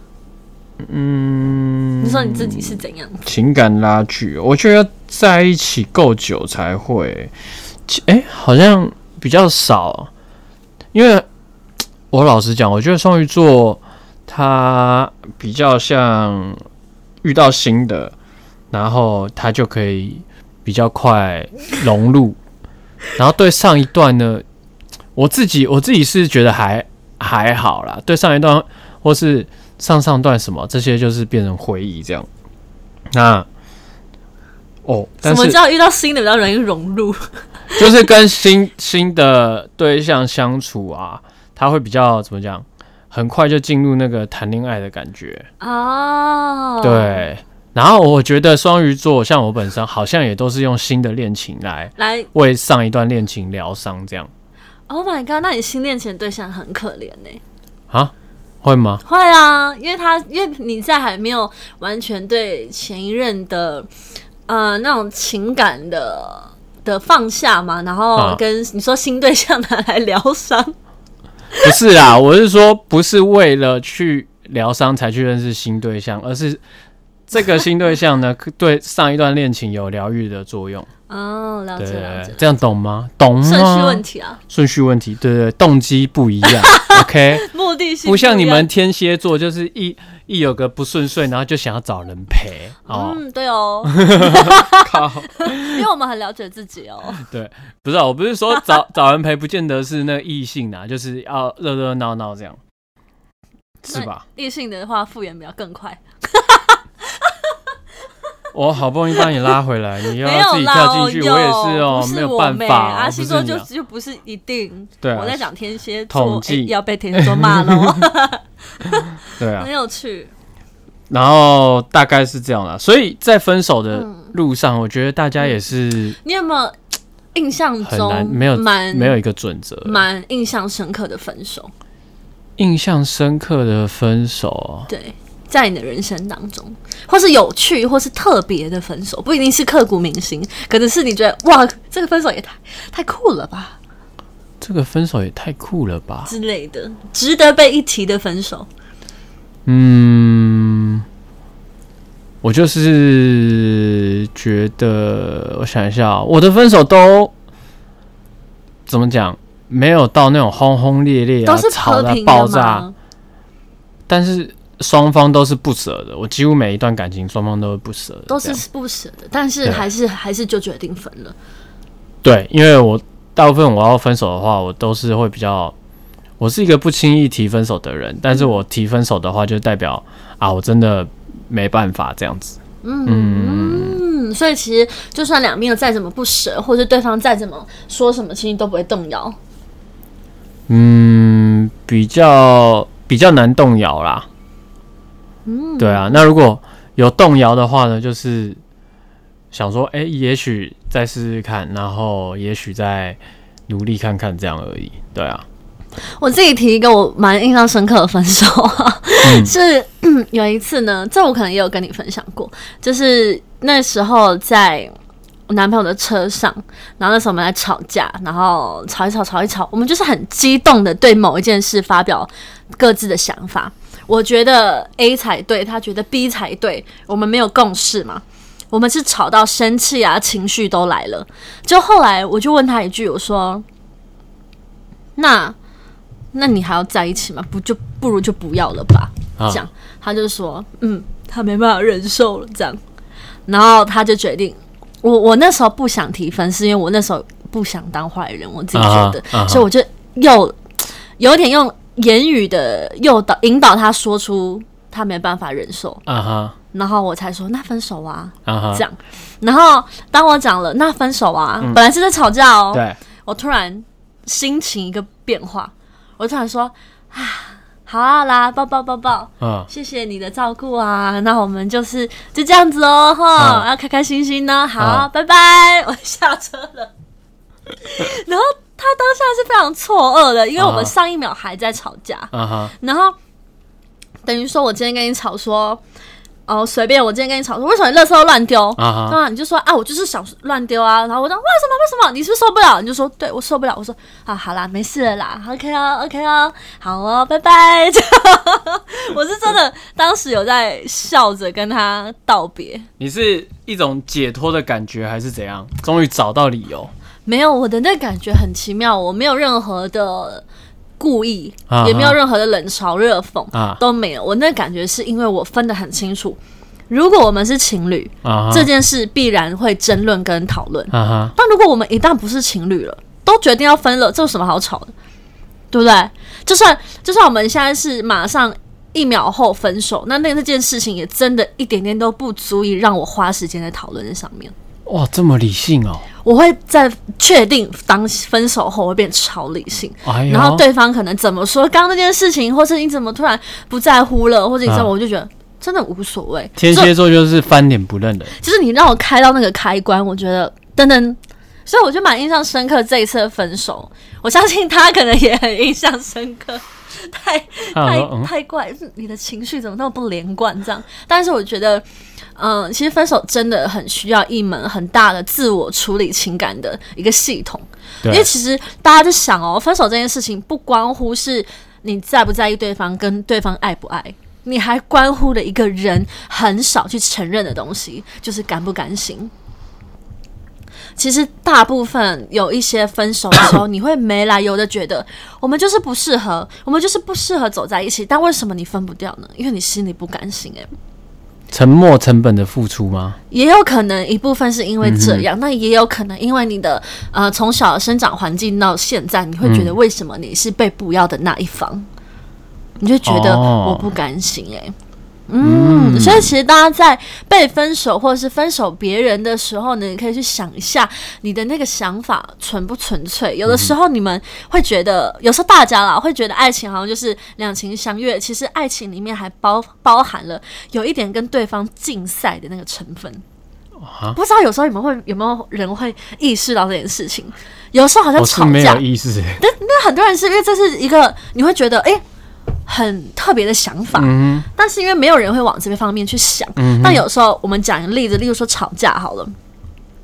Speaker 2: 嗯，
Speaker 1: 你说你自己是怎样？
Speaker 2: 情感拉锯，我觉得要在一起够久才会。其诶，好像比较少，因为我老实讲，我觉得双鱼座他比较像遇到新的，然后他就可以比较快融入， 然后对上一段呢，我自己我自己是觉得还还好啦，对上一段或是上上段什么这些就是变成回忆这样。那哦，
Speaker 1: 什
Speaker 2: 但
Speaker 1: 么
Speaker 2: 是
Speaker 1: 叫遇到新的比较容易融入？
Speaker 2: 就是跟新 新的对象相处啊，他会比较怎么讲，很快就进入那个谈恋爱的感觉。
Speaker 1: 哦，，
Speaker 2: 对，然后我觉得双鱼座像我本身好像也都是用新的恋情来
Speaker 1: 来
Speaker 2: 为上一段恋情疗伤，这样
Speaker 1: ，Oh my god，那你新恋情的对象很可怜欸呢、
Speaker 2: 啊？会吗？
Speaker 1: 会啊，因为他因为你在还没有完全对前一任的呃那种情感的的放下嘛，然后
Speaker 2: 啊
Speaker 1: 跟你说新对象拿来疗伤，
Speaker 2: 不是啦，我是说不是为了去疗伤才去认识新对象，而是这个新对象呢， 对上一段恋情有疗愈的作用。
Speaker 1: 哦，了解了
Speaker 2: 对嗯
Speaker 1: 解，，
Speaker 2: 这样懂吗？懂吗？
Speaker 1: 顺序问题啊，
Speaker 2: 顺序问题，对对对，动机不一 样，OK，
Speaker 1: 目的性
Speaker 2: 不像
Speaker 1: 一
Speaker 2: 你
Speaker 1: 样
Speaker 2: 们。天蝎座，就是一一有个不顺遂，然后就想要找人陪哦，
Speaker 1: 嗯，对哦，
Speaker 2: 靠，
Speaker 1: 因为我们很了解自己哦。
Speaker 2: 不是、啊，我不是说找 找人陪，不见得是那个异性啊，就是要热热闹闹这样，是吧？
Speaker 1: 异性的话复原比较更快，
Speaker 2: 我哦好不容易把你拉 回来，你又
Speaker 1: 没
Speaker 2: 要
Speaker 1: 有
Speaker 2: 自己
Speaker 1: 啦，
Speaker 2: 跳进去，
Speaker 1: 我
Speaker 2: 也
Speaker 1: 有
Speaker 2: 是哦，
Speaker 1: 不
Speaker 2: 没
Speaker 1: 是
Speaker 2: 有
Speaker 1: 我
Speaker 2: 办
Speaker 1: 妹
Speaker 2: 法，
Speaker 1: 啊，
Speaker 2: 我
Speaker 1: 星
Speaker 2: 不
Speaker 1: 座
Speaker 2: 是你
Speaker 1: 就
Speaker 2: 啊，
Speaker 1: 就不是一定。
Speaker 2: 对啊
Speaker 1: 我在讲天蝎座
Speaker 2: 统计
Speaker 1: 哎要被天蝎座骂 喽，
Speaker 2: 对啊
Speaker 1: 很，有趣。
Speaker 2: 然后大概是这样啦，所以在分手的
Speaker 1: 嗯
Speaker 2: 路上，我觉得大家也是
Speaker 1: 你有没有印象
Speaker 2: 很难，
Speaker 1: 中
Speaker 2: 没有
Speaker 1: 蛮
Speaker 2: 没有一个准则，
Speaker 1: 蛮印象深刻的分手？
Speaker 2: 印象深刻的分手哦，
Speaker 1: 对，在你的人生当中，或是有趣，或是特别的分手，不一定是刻骨铭心，可能是你觉得哇，这个分手也太太酷了吧
Speaker 2: 这个分手也太酷了吧？
Speaker 1: 之类的，值得被一提的分手。
Speaker 2: 嗯，我就是觉得，我想一下哦、我的分手都怎么讲，没有到那种轰轰烈烈啊，
Speaker 1: 都是
Speaker 2: 吵
Speaker 1: 和
Speaker 2: 到
Speaker 1: 平
Speaker 2: 爆
Speaker 1: 的
Speaker 2: 炸
Speaker 1: 吗，？
Speaker 2: 但是双方都是不舍的。我几乎每一段感情，双方都是不舍的，
Speaker 1: 都
Speaker 2: 这样
Speaker 1: 是不舍的，但是
Speaker 2: 啊对
Speaker 1: 还是还是就决定分了。
Speaker 2: 对，因为我大部分我要分手的话，我都是会比较，我是一个不轻易提分手的人，但是我提分手的话，就代表啊，我真的没办法这样子。
Speaker 1: 嗯，所以其实就算两边再怎么不舍，或者对方再怎么说什么，其实你都不会动摇。
Speaker 2: 嗯，比较比较难动摇啦。
Speaker 1: 嗯，
Speaker 2: 对啊，那如果有动摇的话呢，就是想说，哎、也许再试试看，然后也许再努力看看这样而已。对啊，
Speaker 1: 我自己提一个我蛮印象深刻的分手，啊 是、嗯、有一次呢，这我可能也有跟你分享过，就是那时候在我男朋友的车上，然后那时候我们在吵架，然后吵一吵，吵一吵，我们就是很激动的对某一件事发表各自的想法。我觉得 A 才对，他觉得 B 才对，我们没有共识嘛。我们是吵到生气啊，情绪都来了。就后来我就问他一句，我说：“那那你还要在一起吗？不就不如就不要了吧。
Speaker 2: 啊
Speaker 1: 这样，他就说，嗯，他没办法忍受了，这样，然后他就决定，我我那时候不想提分，是因为我那时候不想当坏人，我自己觉得，
Speaker 2: 啊哈啊哈
Speaker 1: 所以我就又有点用言语的诱导引导他说出。他没办法忍受，
Speaker 2: 啊哈，
Speaker 1: 然后我才说那分手啊，
Speaker 2: 啊哈，
Speaker 1: 这样。然后当我讲了那分手啊，本来是在吵架哦，
Speaker 2: 对，
Speaker 1: 我突然心情一个变化，我突然说啊，好啊啦，抱抱抱抱，
Speaker 2: 嗯，
Speaker 1: 谢谢你的照顾啊，那我们就是就这样子哦，哈、
Speaker 2: 嗯
Speaker 1: 要开开心心呢，好，
Speaker 2: 嗯
Speaker 1: 拜拜，我下车了。 然后他当下是非常错愕的，因为我们
Speaker 2: 嗯
Speaker 1: 上一秒还在吵架，
Speaker 2: 啊哈，
Speaker 1: 然后等于说我今天跟你吵说，哦，随便，我今天跟你吵说，为什么你垃圾都乱丢？
Speaker 2: 啊哈
Speaker 1: 当然你就说啊，我就是想乱丢啊。然后我说为什么？为什么？你是不是受不了？你就说对我受不了。我说啊，好啦，没事了啦，OK 哦，OK 哦，好哦，拜 拜。这样我是真的当时有在笑着跟他道别，
Speaker 2: 你是一种解脱的感觉，还是怎样？终于找到理由，
Speaker 1: 没有我的那感觉很奇妙，我没有任何的故意，
Speaker 2: 啊哈
Speaker 1: 也没有任何的冷嘲热讽
Speaker 2: 啊
Speaker 1: 都没有。我那感觉是因为我分得很清楚，如果我们是情侣，
Speaker 2: 啊哈，
Speaker 1: 这件事必然会争论跟讨论。
Speaker 2: 啊哈，
Speaker 1: 但如果我们一旦不是情侣了，都决定要分了，这有什么好吵的？对不对？就算就算我们现在是马上一秒后分手，那那那件事情也真的一点点都不足以让我花时间在讨论上面。
Speaker 2: 哇，这么理性哦，
Speaker 1: 我会在确定当分手后，我会变超理性。
Speaker 2: 哎呦，
Speaker 1: 然后对方可能怎么说刚刚那件事情，或是你怎么突然不在乎了，或者你怎么，
Speaker 2: 啊
Speaker 1: 我就觉得真的无所谓。
Speaker 2: 天
Speaker 1: 就
Speaker 2: 蝎座就是翻脸不认人，
Speaker 1: 就是你让我开到那个开关，我觉得等等，所以我就蛮印象深刻这一次的分手。我相信他可能也很印象深刻， 太
Speaker 2: 他想
Speaker 1: 太
Speaker 2: 说嗯
Speaker 1: 太怪，嗯你的情绪怎么那么不连贯？这样，但是我觉得，嗯、其实分手真的很需要一门很大的自我处理情感的一个系统，因为
Speaker 2: 对，啊
Speaker 1: 其实大家就想哦，分手这件事情不关乎是你在不在意对方，跟对方爱不爱。你还关乎了一个人很少去承认的东西，就是甘不甘心。其实大部分有一些分手的时候，你会没来由的觉得我们就是不适合，我们就是不适合走在一起。但为什么你分不掉呢？因为你心里不甘心、欸。
Speaker 2: 沉没成本的付出吗？
Speaker 1: 也有可能一部分是因为这样，那、也有可能因为你的呃从小的生长环境到现在，你会觉得为什么你是被不要的那一方，你就觉得
Speaker 2: 哦
Speaker 1: 我不甘心哎、嗯，所以其实大家在被分手或者是分手别人的时候呢，你可以去想一下你的那个想法纯不纯粹。有的时候你们会觉得，有时候大家啦会觉得爱情好像就是两情相悦，其实爱情里面还包包含了有一点跟对方竞赛的那个成分。不知道有时候你们会有没有人会意识到这件事情？有时候好像
Speaker 2: 我是
Speaker 1: 吵
Speaker 2: 没
Speaker 1: 架
Speaker 2: 有，意思，
Speaker 1: 但那很多人是因为这是一个你会觉得哎、诶很特别的想法，
Speaker 2: 嗯
Speaker 1: 但是因为没有人会往这个方面去想。
Speaker 2: 嗯
Speaker 1: 但有时候我们讲一个例子，例如说吵架好了。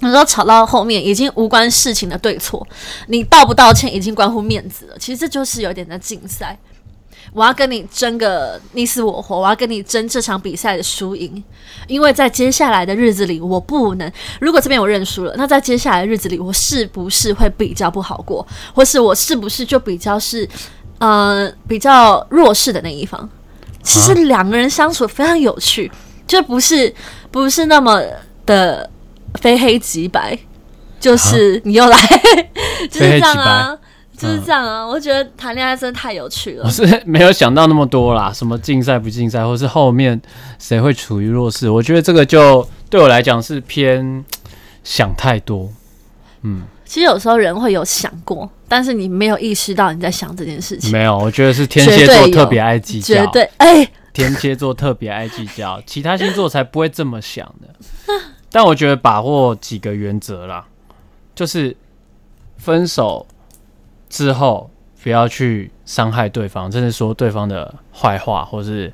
Speaker 1: 有时候吵到后面已经无关事情的对错，你道不道歉已经关乎面子了。其实这就是有点在竞赛，我要跟你争个你死我活，我要跟你争这场比赛的输赢，因为在接下来的日子里，我不能如果这边我认输了，那在接下来的日子里，我是不是会比较不好过，或是我是不是就比较是呃比较弱势的那一方？其实两个人相处非常有趣，就不是不是那么的非黑即白，就是你又来， 就是这样啊，就是这样啊。我觉得谈恋爱真的太有趣了
Speaker 2: 我。是 没有想到那么多啦，什么竞赛不竞赛，或是后面谁会处于弱势，我觉得这个就对我来讲是偏想太多。
Speaker 1: 其实有时候人会有想过，但是你没有意识到你在想这件事情，
Speaker 2: 没有，我觉得是天蝎
Speaker 1: 绝对
Speaker 2: 座
Speaker 1: 有
Speaker 2: 特别爱计较，
Speaker 1: 绝对哎、
Speaker 2: 天蝎座特别爱计较，其他星座才不会这么想的。但我觉得把握几个原则啦，就是分手之后不要去伤害对方，甚至说对方的坏话或是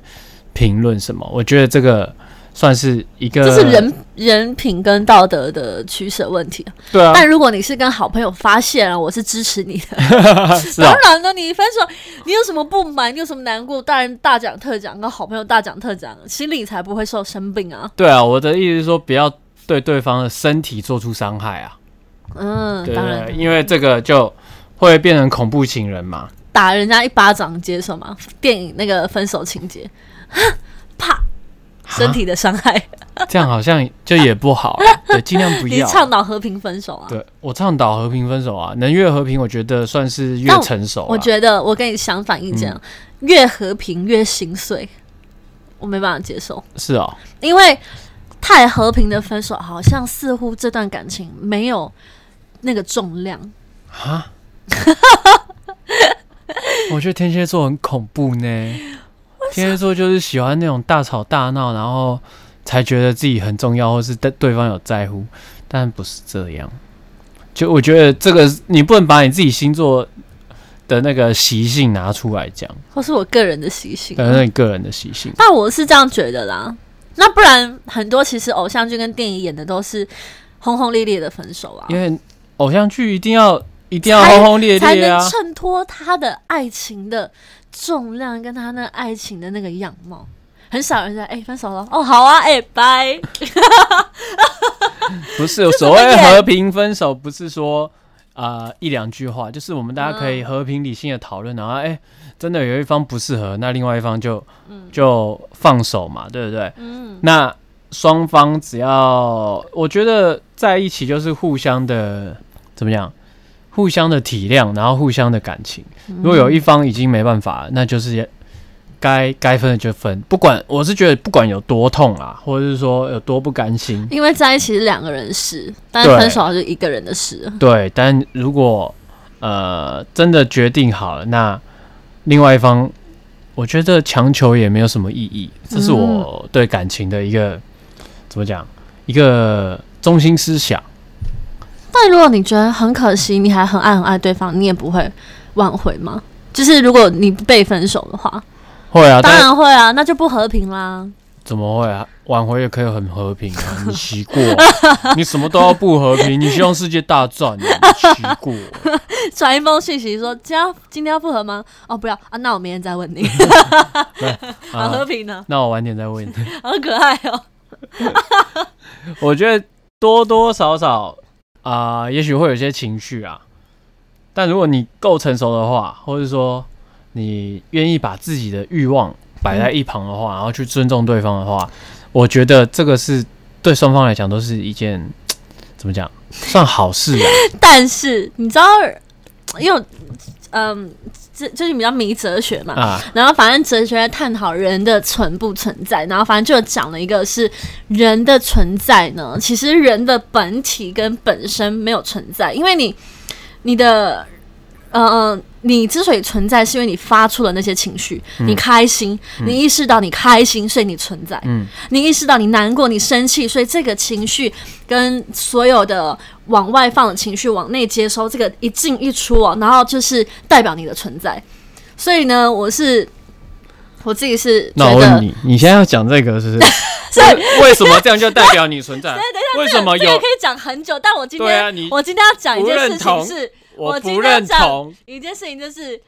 Speaker 2: 评论什么。我觉得这个算是一个，
Speaker 1: 这是人人品跟道德的取舍问题。
Speaker 2: 对啊，
Speaker 1: 但如果你是跟好朋友发现了，我是支持你的。
Speaker 2: 是啊
Speaker 1: 当，然了，你分手，你有什么不满，你有什么难过，当然大讲特讲，跟好朋友大讲特讲，心里才不会受生病啊。
Speaker 2: 对啊，我的意思是说不要对对方的身体做出伤害啊，
Speaker 1: 嗯，
Speaker 2: 对啊
Speaker 1: 当
Speaker 2: 对
Speaker 1: 然
Speaker 2: 对，因为这个就会变成恐怖情人嘛。
Speaker 1: 打人家一巴掌接受吗？电影那个分手情节，啪，
Speaker 2: 啊
Speaker 1: 身体的伤害，
Speaker 2: 这样好像就也不好啊， 对，尽量不
Speaker 1: 你
Speaker 2: 要。
Speaker 1: 倡导和平分手啊？
Speaker 2: 对我倡导和平分手啊，能越和平，我觉得算是越
Speaker 1: 但我
Speaker 2: 成熟啊。嗯
Speaker 1: 我觉得我跟你相反意见啊，越和平越心碎。我没办法接受，
Speaker 2: 是哦，
Speaker 1: 因为太和平的分手，好像似乎这段感情没有那个重量。
Speaker 2: 啊， 我觉得天蝎座很恐怖呢。天蝎座就是喜欢那种大吵大闹，然后才觉得自己很重要，或是对对方有在乎，但不是这样。就我觉得这个你不能把你自己星座的那个习性拿出来讲，呃
Speaker 1: 或是我个人的习性。
Speaker 2: 等那你个人的习性。
Speaker 1: 但我是这样觉得啦。那不然很多其实偶像剧跟电影演的都是轰轰烈烈的分手啊，
Speaker 2: 因为偶像剧一定要一定要
Speaker 1: 才
Speaker 2: 轰轰烈
Speaker 1: 才
Speaker 2: 烈啊
Speaker 1: 能，衬托他的爱情的重量跟他那爱情的那个样貌。很少人在哎、分手了哦，好啊，哎、拜。
Speaker 2: 不是所谓和平分手，不是说呃一两句话，就是我们大家可以和平理性的讨论，然后哎、真的有一方不适合，那另外一方就就放手嘛，对不对？
Speaker 1: 嗯，
Speaker 2: 那双方只要我觉得在一起就是互相的怎么样，互相的体谅，然后互相的感情。如果有一方已经没办法了，那就是该该分的就分，不管我是觉得不管有多痛啊，或者是说有多不甘心，
Speaker 1: 因为在一起是两个人的事，但是
Speaker 2: 对
Speaker 1: 分手就是一个人的 事。
Speaker 2: 对，但如果呃真的决定好了，那另外一方，我觉得强求也没有什么意义。这是我
Speaker 1: 嗯
Speaker 2: 对感情的一个、怎么讲，一个中心思想。
Speaker 1: 但如果你觉得很可惜，你还很爱很爱对方，你也不会挽回吗？就是如果你被分手的话，
Speaker 2: 会啊，
Speaker 1: 当
Speaker 2: 但
Speaker 1: 然会啊，那就不和平啦。
Speaker 2: 怎么会啊？挽回也可以很和平啊！你洗过， 你什么都要不和平，你希望世界大战，你洗过。
Speaker 1: 传一封讯息说：“今天要今天要复合吗？哦，不要啊，那我明天再问你。 好
Speaker 2: 啊
Speaker 1: 和平呢，
Speaker 2: 那我晚点再问。
Speaker 1: 好可爱哦。
Speaker 2: 我觉得多多少少啊、也许会有一些情绪啊，但如果你够成熟的话，或者说你愿意把自己的欲望摆在一旁的话，然后去尊重对方的话，我觉得这个是对双方来讲都是一件怎么讲，算好事啊。
Speaker 1: 但是你知道，因为嗯，这就是比较迷哲学 嘛。
Speaker 2: 啊
Speaker 1: 然后反正哲学在探讨人的存不存在，然后反正就有讲了一个是人的存在呢，其实人的本体跟本身没有存在，因为你你的呃，你之所以存在，是因为你发出了那些情绪，你开心，你意识到你开心，所以你存在，
Speaker 2: 嗯
Speaker 1: 你意识到你难过，你生气，所以这个情绪跟所有的往外放的情绪往内接收，这个一进一出哦，然后就是代表你的存在。所以呢，我是我自己是
Speaker 2: 那我
Speaker 1: 觉
Speaker 2: 问
Speaker 1: 得，
Speaker 2: 你，你现在要讲这个是不 是？为为什么这样就代表你存在？为什么
Speaker 1: 这个
Speaker 2: 有
Speaker 1: 可以讲很久，但我今
Speaker 2: 哎对啊
Speaker 1: 天、
Speaker 2: 你
Speaker 1: 我今天要讲一件
Speaker 2: 不认
Speaker 1: 事情
Speaker 2: 同
Speaker 1: 是，
Speaker 2: 我
Speaker 1: 今
Speaker 2: 不
Speaker 1: 天要
Speaker 2: 认
Speaker 1: 讲
Speaker 2: 同？
Speaker 1: 一件事情就是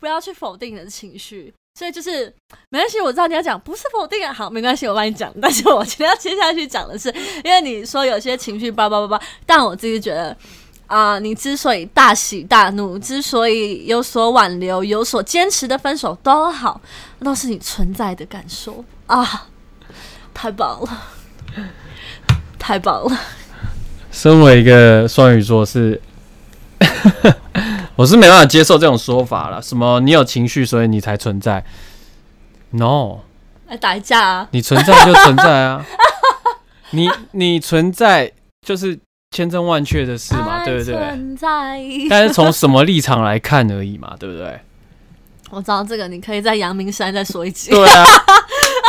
Speaker 1: 不要去否定你的情绪。所以就是没关系，我知道你要讲不是否定啊，好，没关系，我帮你讲。但是我今天要接下去讲的是，因为你说有些情绪叭叭叭叭，但我自己觉得啊、你之所以大喜大怒，之所以有所挽留、有所坚持的分手都好，那都是你存在的感受啊，太棒了，太棒了。
Speaker 2: 身为一个双鱼座是， 我是没办法接受这种说法了。什么你有情绪，所以你才存在？No，
Speaker 1: 来打一架啊！
Speaker 2: 你存在就存在 啊，你你存在就是千真万确的事嘛，
Speaker 1: 爱
Speaker 2: 对不对？
Speaker 1: 存在。
Speaker 2: 但是从什么立场来看而已嘛，对不 对？
Speaker 1: 我知道这个，你可以在阳明山再说一集。
Speaker 2: 对啊，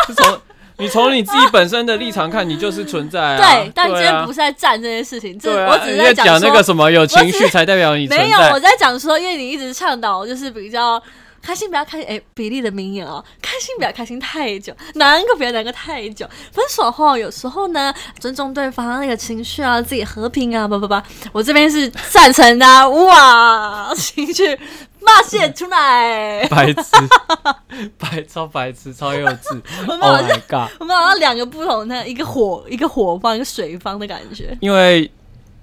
Speaker 2: 是从你从你自己本身的立场看，你就是存在啊。
Speaker 1: 对，但今
Speaker 2: 对
Speaker 1: 天
Speaker 2: 啊
Speaker 1: 不是在站这件事情，这
Speaker 2: 对啊
Speaker 1: 我只是
Speaker 2: 你在
Speaker 1: 讲
Speaker 2: 那
Speaker 1: 说
Speaker 2: 个什么有情绪才代表你存
Speaker 1: 没有，啊
Speaker 2: 在
Speaker 1: 我，在讲说，因为你一直倡导就是比较开心，不要开心。哎，比利的名言哦，开心不要开心太久，难过不要难过太久。分手后有时候呢，尊重对方那个情绪啊，自己和平啊，叭叭叭。我这边是赞成的啊、哇， 情绪骂泄出来。
Speaker 2: 白痴， 白超白痴，超幼稚。
Speaker 1: 我们
Speaker 2: Oh
Speaker 1: 好像
Speaker 2: my god！
Speaker 1: 我们好像两个不同的，一个火一个火方，一个水方的感觉。
Speaker 2: 因为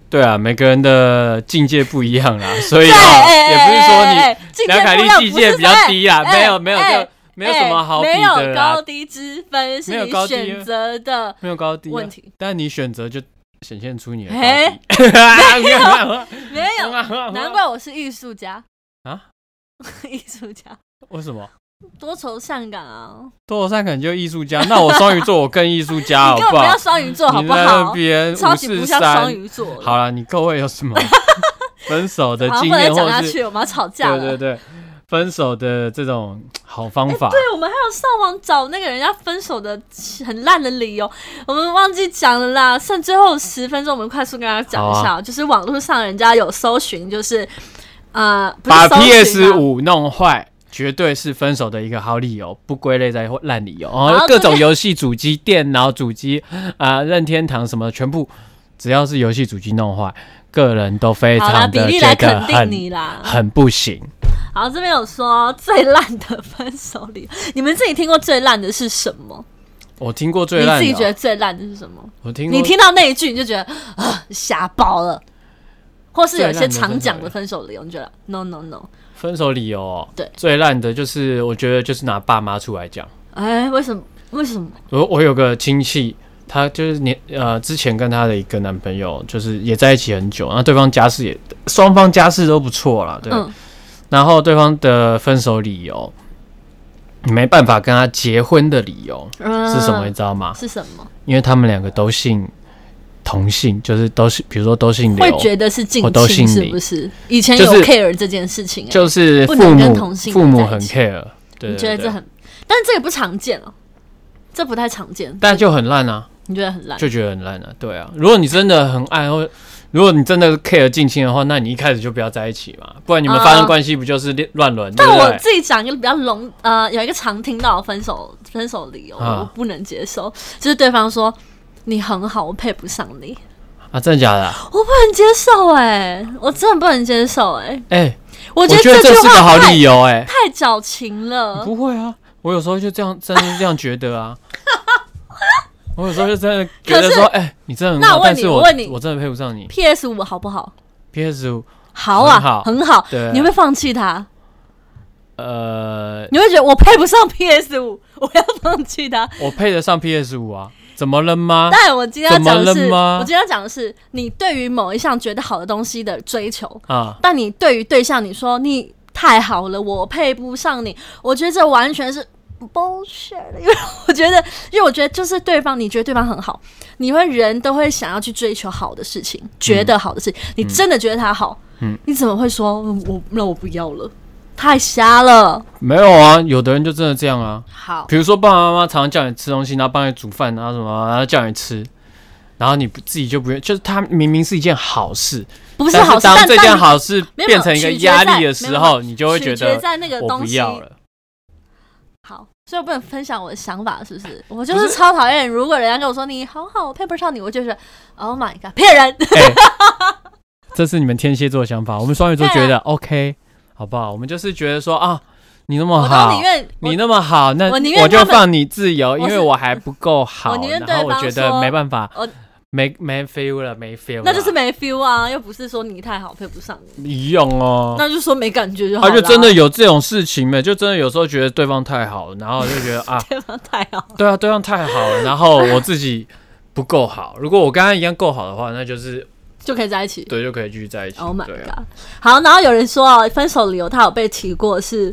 Speaker 2: 对啊，每个人的境界不一样啦，所以
Speaker 1: 对，
Speaker 2: 啊
Speaker 1: 哎
Speaker 2: 也不是说
Speaker 1: 哎哎
Speaker 2: 你
Speaker 1: 哎境界
Speaker 2: 梁凯
Speaker 1: 不一
Speaker 2: 丽
Speaker 1: 样
Speaker 2: 境
Speaker 1: 不
Speaker 2: 界
Speaker 1: 是
Speaker 2: 比较
Speaker 1: 说
Speaker 2: 低啦，
Speaker 1: 哎
Speaker 2: 没有没有
Speaker 1: 哎
Speaker 2: 这没有什么好比
Speaker 1: 哎没
Speaker 2: 的
Speaker 1: 有
Speaker 2: 啦
Speaker 1: 高，低之分，
Speaker 2: 没
Speaker 1: 是
Speaker 2: 有
Speaker 1: 你
Speaker 2: 高低啊
Speaker 1: 选择的。
Speaker 2: 没有高低啊
Speaker 1: 问题，
Speaker 2: 但你选择就显现出你的高
Speaker 1: 哎
Speaker 2: 低。
Speaker 1: 没 有，难怪我是艺术家
Speaker 2: 啊！
Speaker 1: 艺术家，
Speaker 2: 为什么？
Speaker 1: 多愁善感啊！
Speaker 2: 多愁善感就艺术家，那我双鱼座我更艺术家，啊好
Speaker 1: 你根
Speaker 2: 不
Speaker 1: 本不要
Speaker 2: 好？
Speaker 1: 双鱼座，好
Speaker 2: 你
Speaker 1: 不
Speaker 2: 在那
Speaker 1: 好？
Speaker 2: 边
Speaker 1: 超
Speaker 2: 五
Speaker 1: 级不
Speaker 2: 四
Speaker 1: 像双
Speaker 2: 三，
Speaker 1: 鱼座的。
Speaker 2: 好了，你各位有 什么分手的
Speaker 1: 好，
Speaker 2: 经
Speaker 1: 不能
Speaker 2: 验，
Speaker 1: 再讲
Speaker 2: 或
Speaker 1: 下
Speaker 2: 是
Speaker 1: 去，啊我们要吵架
Speaker 2: 对
Speaker 1: 了。
Speaker 2: 对对，分手的这种好方法？
Speaker 1: 哎对，我们还有上网找那个人家分手的很烂的理由，我们忘记讲了啦。剩最后十分钟，我们快速跟大家讲一下，
Speaker 2: 啊
Speaker 1: 就是网络上人家有搜寻，就是呃，不是
Speaker 2: 把
Speaker 1: 搜寻啊
Speaker 2: PS 五弄坏，绝对是分手的一个好理由，不归类在烂理由。然后
Speaker 1: 后
Speaker 2: 各
Speaker 1: 这边
Speaker 2: 种游戏主机、电脑主机啊、任天堂什么，全部只要是游戏主机弄坏，个人都非
Speaker 1: 好啦，
Speaker 2: 常
Speaker 1: 比
Speaker 2: 的
Speaker 1: 例
Speaker 2: 觉
Speaker 1: 来
Speaker 2: 得
Speaker 1: 肯定你
Speaker 2: 很
Speaker 1: 啦。
Speaker 2: 很不行。
Speaker 1: 好，这边有说最烂的分手理由，你们自己听过最烂的是什么？
Speaker 2: 我听过最
Speaker 1: 你
Speaker 2: 烂
Speaker 1: 自己觉
Speaker 2: 的
Speaker 1: 得
Speaker 2: 哦，
Speaker 1: 最烂的是什么？
Speaker 2: 我听过
Speaker 1: 你听到那一句你就觉得啊瞎爆了，或是有一些常讲的
Speaker 2: 最烂的
Speaker 1: 分手理由，你觉得 no no no，
Speaker 2: 分手理由哦，
Speaker 1: 对
Speaker 2: 最烂的就是我觉得就是拿爸妈出来讲。
Speaker 1: 哎，为什么为什么？
Speaker 2: 我我有个亲戚，她就是年呃之前跟她的一个男朋友，就是也在一起很久，然后对方家世也双方家世都不错啦，对。
Speaker 1: 嗯，
Speaker 2: 然后对方的分手理由，没办法跟他结婚的理由是什么，你
Speaker 1: 嗯？
Speaker 2: 知道吗？
Speaker 1: 是什么？
Speaker 2: 因为他们两个都姓同姓，就是都是比如说都姓
Speaker 1: 会
Speaker 2: 刘，
Speaker 1: 觉得是近
Speaker 2: 我都
Speaker 1: 亲
Speaker 2: 信
Speaker 1: 是
Speaker 2: 你
Speaker 1: 不是？以前
Speaker 2: 就
Speaker 1: 有
Speaker 2: 是
Speaker 1: care 这件事情、哎
Speaker 2: 就是
Speaker 1: 不
Speaker 2: 父
Speaker 1: 能跟
Speaker 2: 母
Speaker 1: 同性
Speaker 2: 父母
Speaker 1: 在一
Speaker 2: 很
Speaker 1: 起
Speaker 2: care，对
Speaker 1: 你觉得
Speaker 2: 对
Speaker 1: 这
Speaker 2: 对
Speaker 1: 很，但这也不常见哦，这不太常见，
Speaker 2: 但就很烂啊。
Speaker 1: 你觉得很烂？
Speaker 2: 就觉得很烂了、对啊，如果你真的很爱，或如果你真的 care 近亲的话，那你一开始就不要在一起嘛，不然你们发生关系不就是恋乱伦？对
Speaker 1: 啊但
Speaker 2: 不
Speaker 1: 我
Speaker 2: 对？
Speaker 1: 自己讲一个比较笼，呃，有一个常听到的分手分手理由，
Speaker 2: 啊
Speaker 1: 我不能接受，就是对方说你很好，我配不上你，
Speaker 2: 啊，真的假的啊、
Speaker 1: 我不能接受哎、我真的不能接受哎、
Speaker 2: 哎、
Speaker 1: 我
Speaker 2: 我
Speaker 1: 觉
Speaker 2: 觉
Speaker 1: 得
Speaker 2: 得
Speaker 1: 句
Speaker 2: 是
Speaker 1: 话
Speaker 2: 个好
Speaker 1: 太
Speaker 2: 理由哎、
Speaker 1: 太矫情了，
Speaker 2: 不会啊，我有时候就这样，真的是这样觉得啊。我有时候就真的觉得说，哎、你真的很
Speaker 1: 那
Speaker 2: 好，
Speaker 1: 我问
Speaker 2: 但
Speaker 1: 你
Speaker 2: 是
Speaker 1: 我
Speaker 2: 我
Speaker 1: 问你
Speaker 2: 真的配不上你。
Speaker 1: PS 五好不好？
Speaker 2: PS 五，
Speaker 1: 好啊，
Speaker 2: 很好对
Speaker 1: 你会不会放弃他？
Speaker 2: 呃，
Speaker 1: 你会觉得我配不上 PS 五，我要放弃它。
Speaker 2: 我配得上 PS 五啊？怎么了吗？
Speaker 1: 但我今天要讲的
Speaker 2: 怎么
Speaker 1: 是，
Speaker 2: 了吗
Speaker 1: 我今天要讲的是，你对于某一项觉得好的东西的追求，
Speaker 2: 啊，
Speaker 1: 但你对于对象你说你太好了，我配不上你，我觉得这完全是 bullshit 的。因为我觉得，因为我觉得就是对方，你觉得对方很好，你会人都会想要去追求好的事情，觉得好的事情，你真的觉得他好，
Speaker 2: 嗯
Speaker 1: 你怎么会说嗯我那我不要了？太瞎了。
Speaker 2: 没有啊，有的人就真的这样啊。
Speaker 1: 好，
Speaker 2: 比如说爸爸妈妈常常叫你吃东西，然后帮你煮饭，然后什么，然后叫你吃，然后你不自己就不愿，就是它明明是一件好事，
Speaker 1: 不是
Speaker 2: 但
Speaker 1: 好事，
Speaker 2: 是
Speaker 1: 但
Speaker 2: 当这
Speaker 1: 但
Speaker 2: 件
Speaker 1: 你
Speaker 2: 好事
Speaker 1: 没有
Speaker 2: 变成一个压力的
Speaker 1: 没
Speaker 2: 时
Speaker 1: 有没有
Speaker 2: 候，你就会觉
Speaker 1: 取决
Speaker 2: 得
Speaker 1: 在那个
Speaker 2: 我
Speaker 1: 东
Speaker 2: 不
Speaker 1: 西
Speaker 2: 要了。
Speaker 1: 好，所以我不能分享我的想法，是不是？我就
Speaker 2: 不
Speaker 1: 是
Speaker 2: 是
Speaker 1: 超讨厌，如果人家跟我说你好好，我配不上你，我就是 Oh my god，骗人！
Speaker 2: 哎，这是你们天蝎座的想法，我们双鱼座觉
Speaker 1: 啊
Speaker 2: 得 OK，好不好？我们就是觉得说啊，你那 么
Speaker 1: 我都
Speaker 2: 好
Speaker 1: 宁。愿我
Speaker 2: 你那么好，那
Speaker 1: 我宁愿
Speaker 2: 就
Speaker 1: 他们
Speaker 2: 放你自由，
Speaker 1: 是
Speaker 2: 因为我还不够好，
Speaker 1: 我宁愿
Speaker 2: 然后
Speaker 1: 对
Speaker 2: 我
Speaker 1: 方
Speaker 2: 觉得
Speaker 1: 说
Speaker 2: 没办法
Speaker 1: 我，
Speaker 2: 没没 feel 了，没 feel，
Speaker 1: 那就是
Speaker 2: 了
Speaker 1: 没 feel 啊，又不是说你太好配不上你，
Speaker 2: 一样哦。
Speaker 1: 那就说没感觉就好了。
Speaker 2: 他啊就真的有这种事情没？就真的有时候觉得对方太好，然后就觉得啊，
Speaker 1: 对方太好，
Speaker 2: 对啊，对方太好了，然后我自己不够好。如果我跟他一样够好的话，那就是
Speaker 1: 就可以在一起。
Speaker 2: 对，就可以继续在一起。
Speaker 1: Oh my
Speaker 2: 对
Speaker 1: god！、
Speaker 2: 啊，
Speaker 1: 好，然后有人说哦，分手理由他有被提过是，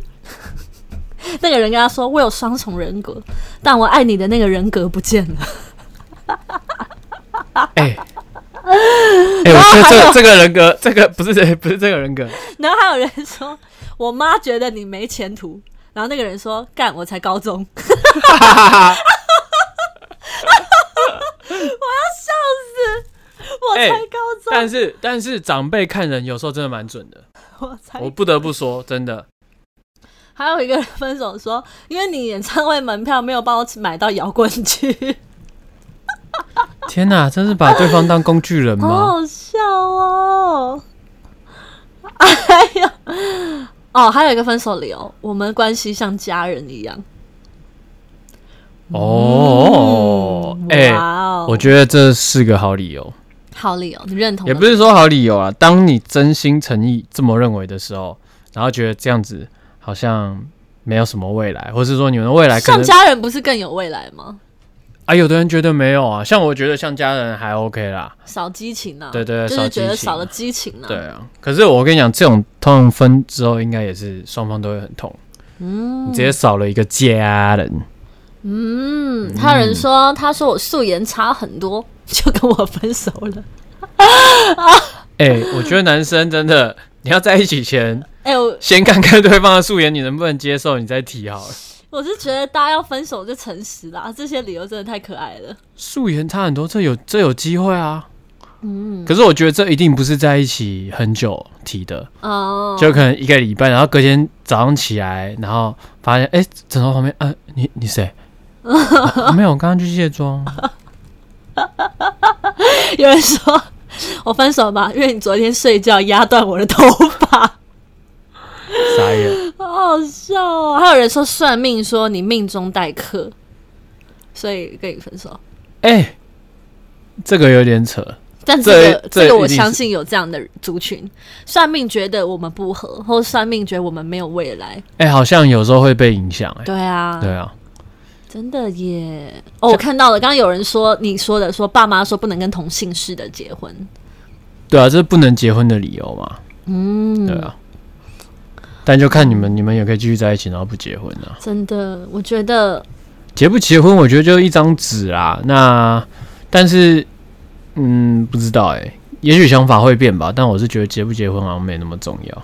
Speaker 1: 那个人跟他说我有双重人格，但我爱你的那个人格不见了。啊
Speaker 2: 哎、哎、我觉得这 这个人格，这个不是不是这个人格，
Speaker 1: 然后还有人说我妈觉得你没前途，然后那个人说干我才高中，
Speaker 2: 哈哈哈。
Speaker 1: 我才高中，
Speaker 2: 哎但是但是长辈看人有时候真的蛮准的，
Speaker 1: 我才
Speaker 2: 我不得不说，真的。
Speaker 1: 还有一个人分手说，因为你演唱会门票没有帮我买到摇滚区，
Speaker 2: 天哪，真是把对方当工具 人
Speaker 1: 好
Speaker 2: 吗？
Speaker 1: 好笑哦。 还有哦，还有一个分手理由，我们关系像家人一样。
Speaker 2: 哦，
Speaker 1: 嗯
Speaker 2: 哎、
Speaker 1: 哇哦
Speaker 2: 我觉得这是个好理由。
Speaker 1: 好理由，你认同
Speaker 2: 也
Speaker 1: 的？
Speaker 2: 不是说好理由啊。当你真心诚意这么认为的时候，然后觉得这样子好像没有什么未来，或是说你们的未来可
Speaker 1: 像
Speaker 2: 能
Speaker 1: 家人不是更有未来吗？
Speaker 2: 啊，有的人觉得没有啊，像我觉得像家人还 OK 啦，
Speaker 1: 少激情啊，
Speaker 2: 对对对
Speaker 1: 就是觉
Speaker 2: 少
Speaker 1: 得
Speaker 2: 激情
Speaker 1: 少了激情
Speaker 2: 嗯
Speaker 1: 啊。
Speaker 2: 对，啊。可是我跟你讲，这种痛分之后，应该也是双方都会很痛，嗯，你直接少了一个家人。
Speaker 1: 嗯，他有人说，他说我素颜差很多， 就跟我分手了。
Speaker 2: 哎、我觉得男生真的，你要在一起前，
Speaker 1: 哎、我
Speaker 2: 先看看对方的素颜，你能不能接受，你再提好了。
Speaker 1: 我是觉得大家要分手就诚实啦，这些理由真的太可爱了。
Speaker 2: 素颜差很多，这有这有机会啊。嗯，可是我觉得这一定不是在一起很久提的，
Speaker 1: 哦、
Speaker 2: 就可能一个礼拜，然后隔天早上起来，然后发现哎，诶枕头旁边，啊，你你谁、啊没有，我刚刚去 卸妆。
Speaker 1: 有人说我分手吧，因为你昨天睡觉压断我的头发，
Speaker 2: 傻眼。
Speaker 1: 好好笑哦。还有人说算命说你命中带克，所以跟你分手。
Speaker 2: 哎、这个有点扯。
Speaker 1: 但这个这
Speaker 2: 这
Speaker 1: 个
Speaker 2: 这
Speaker 1: 我
Speaker 2: 一定是
Speaker 1: 相信有这样的族群，算命觉得我们不合，或算命觉得我们没有未来。
Speaker 2: 哎、好像有时候会被影响、哎，
Speaker 1: 对啊，
Speaker 2: 对啊，
Speaker 1: 真的耶！哦，我看到了，刚刚有人说你说的，说爸妈说不能跟同姓氏的结婚。
Speaker 2: 对啊，这是不能结婚的理由嘛。嗯，对啊。但就看你们，你们也可以继续在一起，然后不结婚啊。
Speaker 1: 真的，我觉得
Speaker 2: 结不结婚，我觉得就一张纸啦。那但是，嗯，不知道哎、也许想法会变吧。但我是觉得结不结婚好像没那么重要。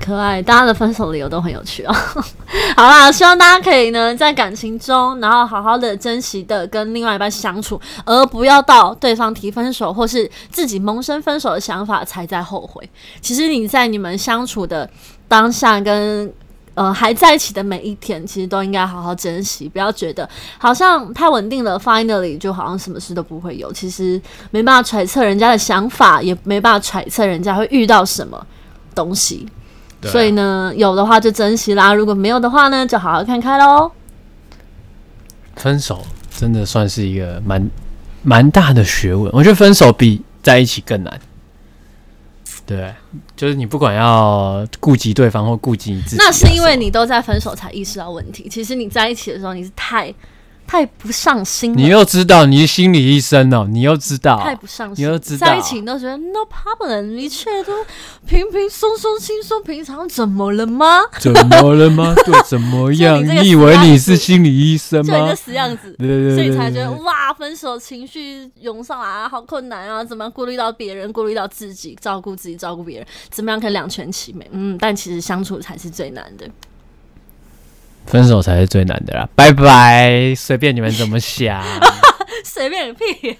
Speaker 1: 可爱，大家的分手理由都很有趣哦。 好啦，希望大家可以呢在感情中，然后好好的珍惜的跟另外一半相处，而不要到对方提分手或是自己萌生分手的想法才在后悔。其实你在你们相处的当下跟。呃，还在一起的每一天，其实都应该好好珍惜，不要觉得好像太稳定了，finally 就好像什么事都不会有。其实没办法揣测人家的想法，也没办法揣测人家会遇到什么东西。
Speaker 2: 对啊
Speaker 1: 所以呢，有的话就珍惜啦，如果没有的话呢，就好好看开喽。
Speaker 2: 分手真的算是一个蛮蛮大的学问。我觉得分手比在一起更难。对，就是你不管要顾及对方或顾及你自己啊，
Speaker 1: 那是因为
Speaker 2: 什么
Speaker 1: 你都在分手才意识到问题，其实你在一起的时候你是太太不上心
Speaker 2: 你
Speaker 1: 了。
Speaker 2: 又知道你是心理医生哦，你又知道
Speaker 1: 太不上
Speaker 2: 你
Speaker 1: 心
Speaker 2: 又
Speaker 1: 了，
Speaker 2: 知道
Speaker 1: 在一起你都觉得 no problem，一切都平平松松、轻松平常，怎么了吗？
Speaker 2: 怎么了吗？对，怎么样
Speaker 1: 就你这？个
Speaker 2: 你以为你是心理医生
Speaker 1: 就你
Speaker 2: 吗
Speaker 1: 这？死样子，
Speaker 2: 对对对对
Speaker 1: 所以才觉得
Speaker 2: 对对
Speaker 1: 哇，分手情绪涌上来啊，好困难啊，怎么样顾虑到别人，顾虑到自己，照顾自己，照顾别人，怎么样可以两全其美？嗯，但其实相处才是最难的。
Speaker 2: 分手才是最难的啦！拜 拜，随便你们怎么想。
Speaker 1: 随便个屁、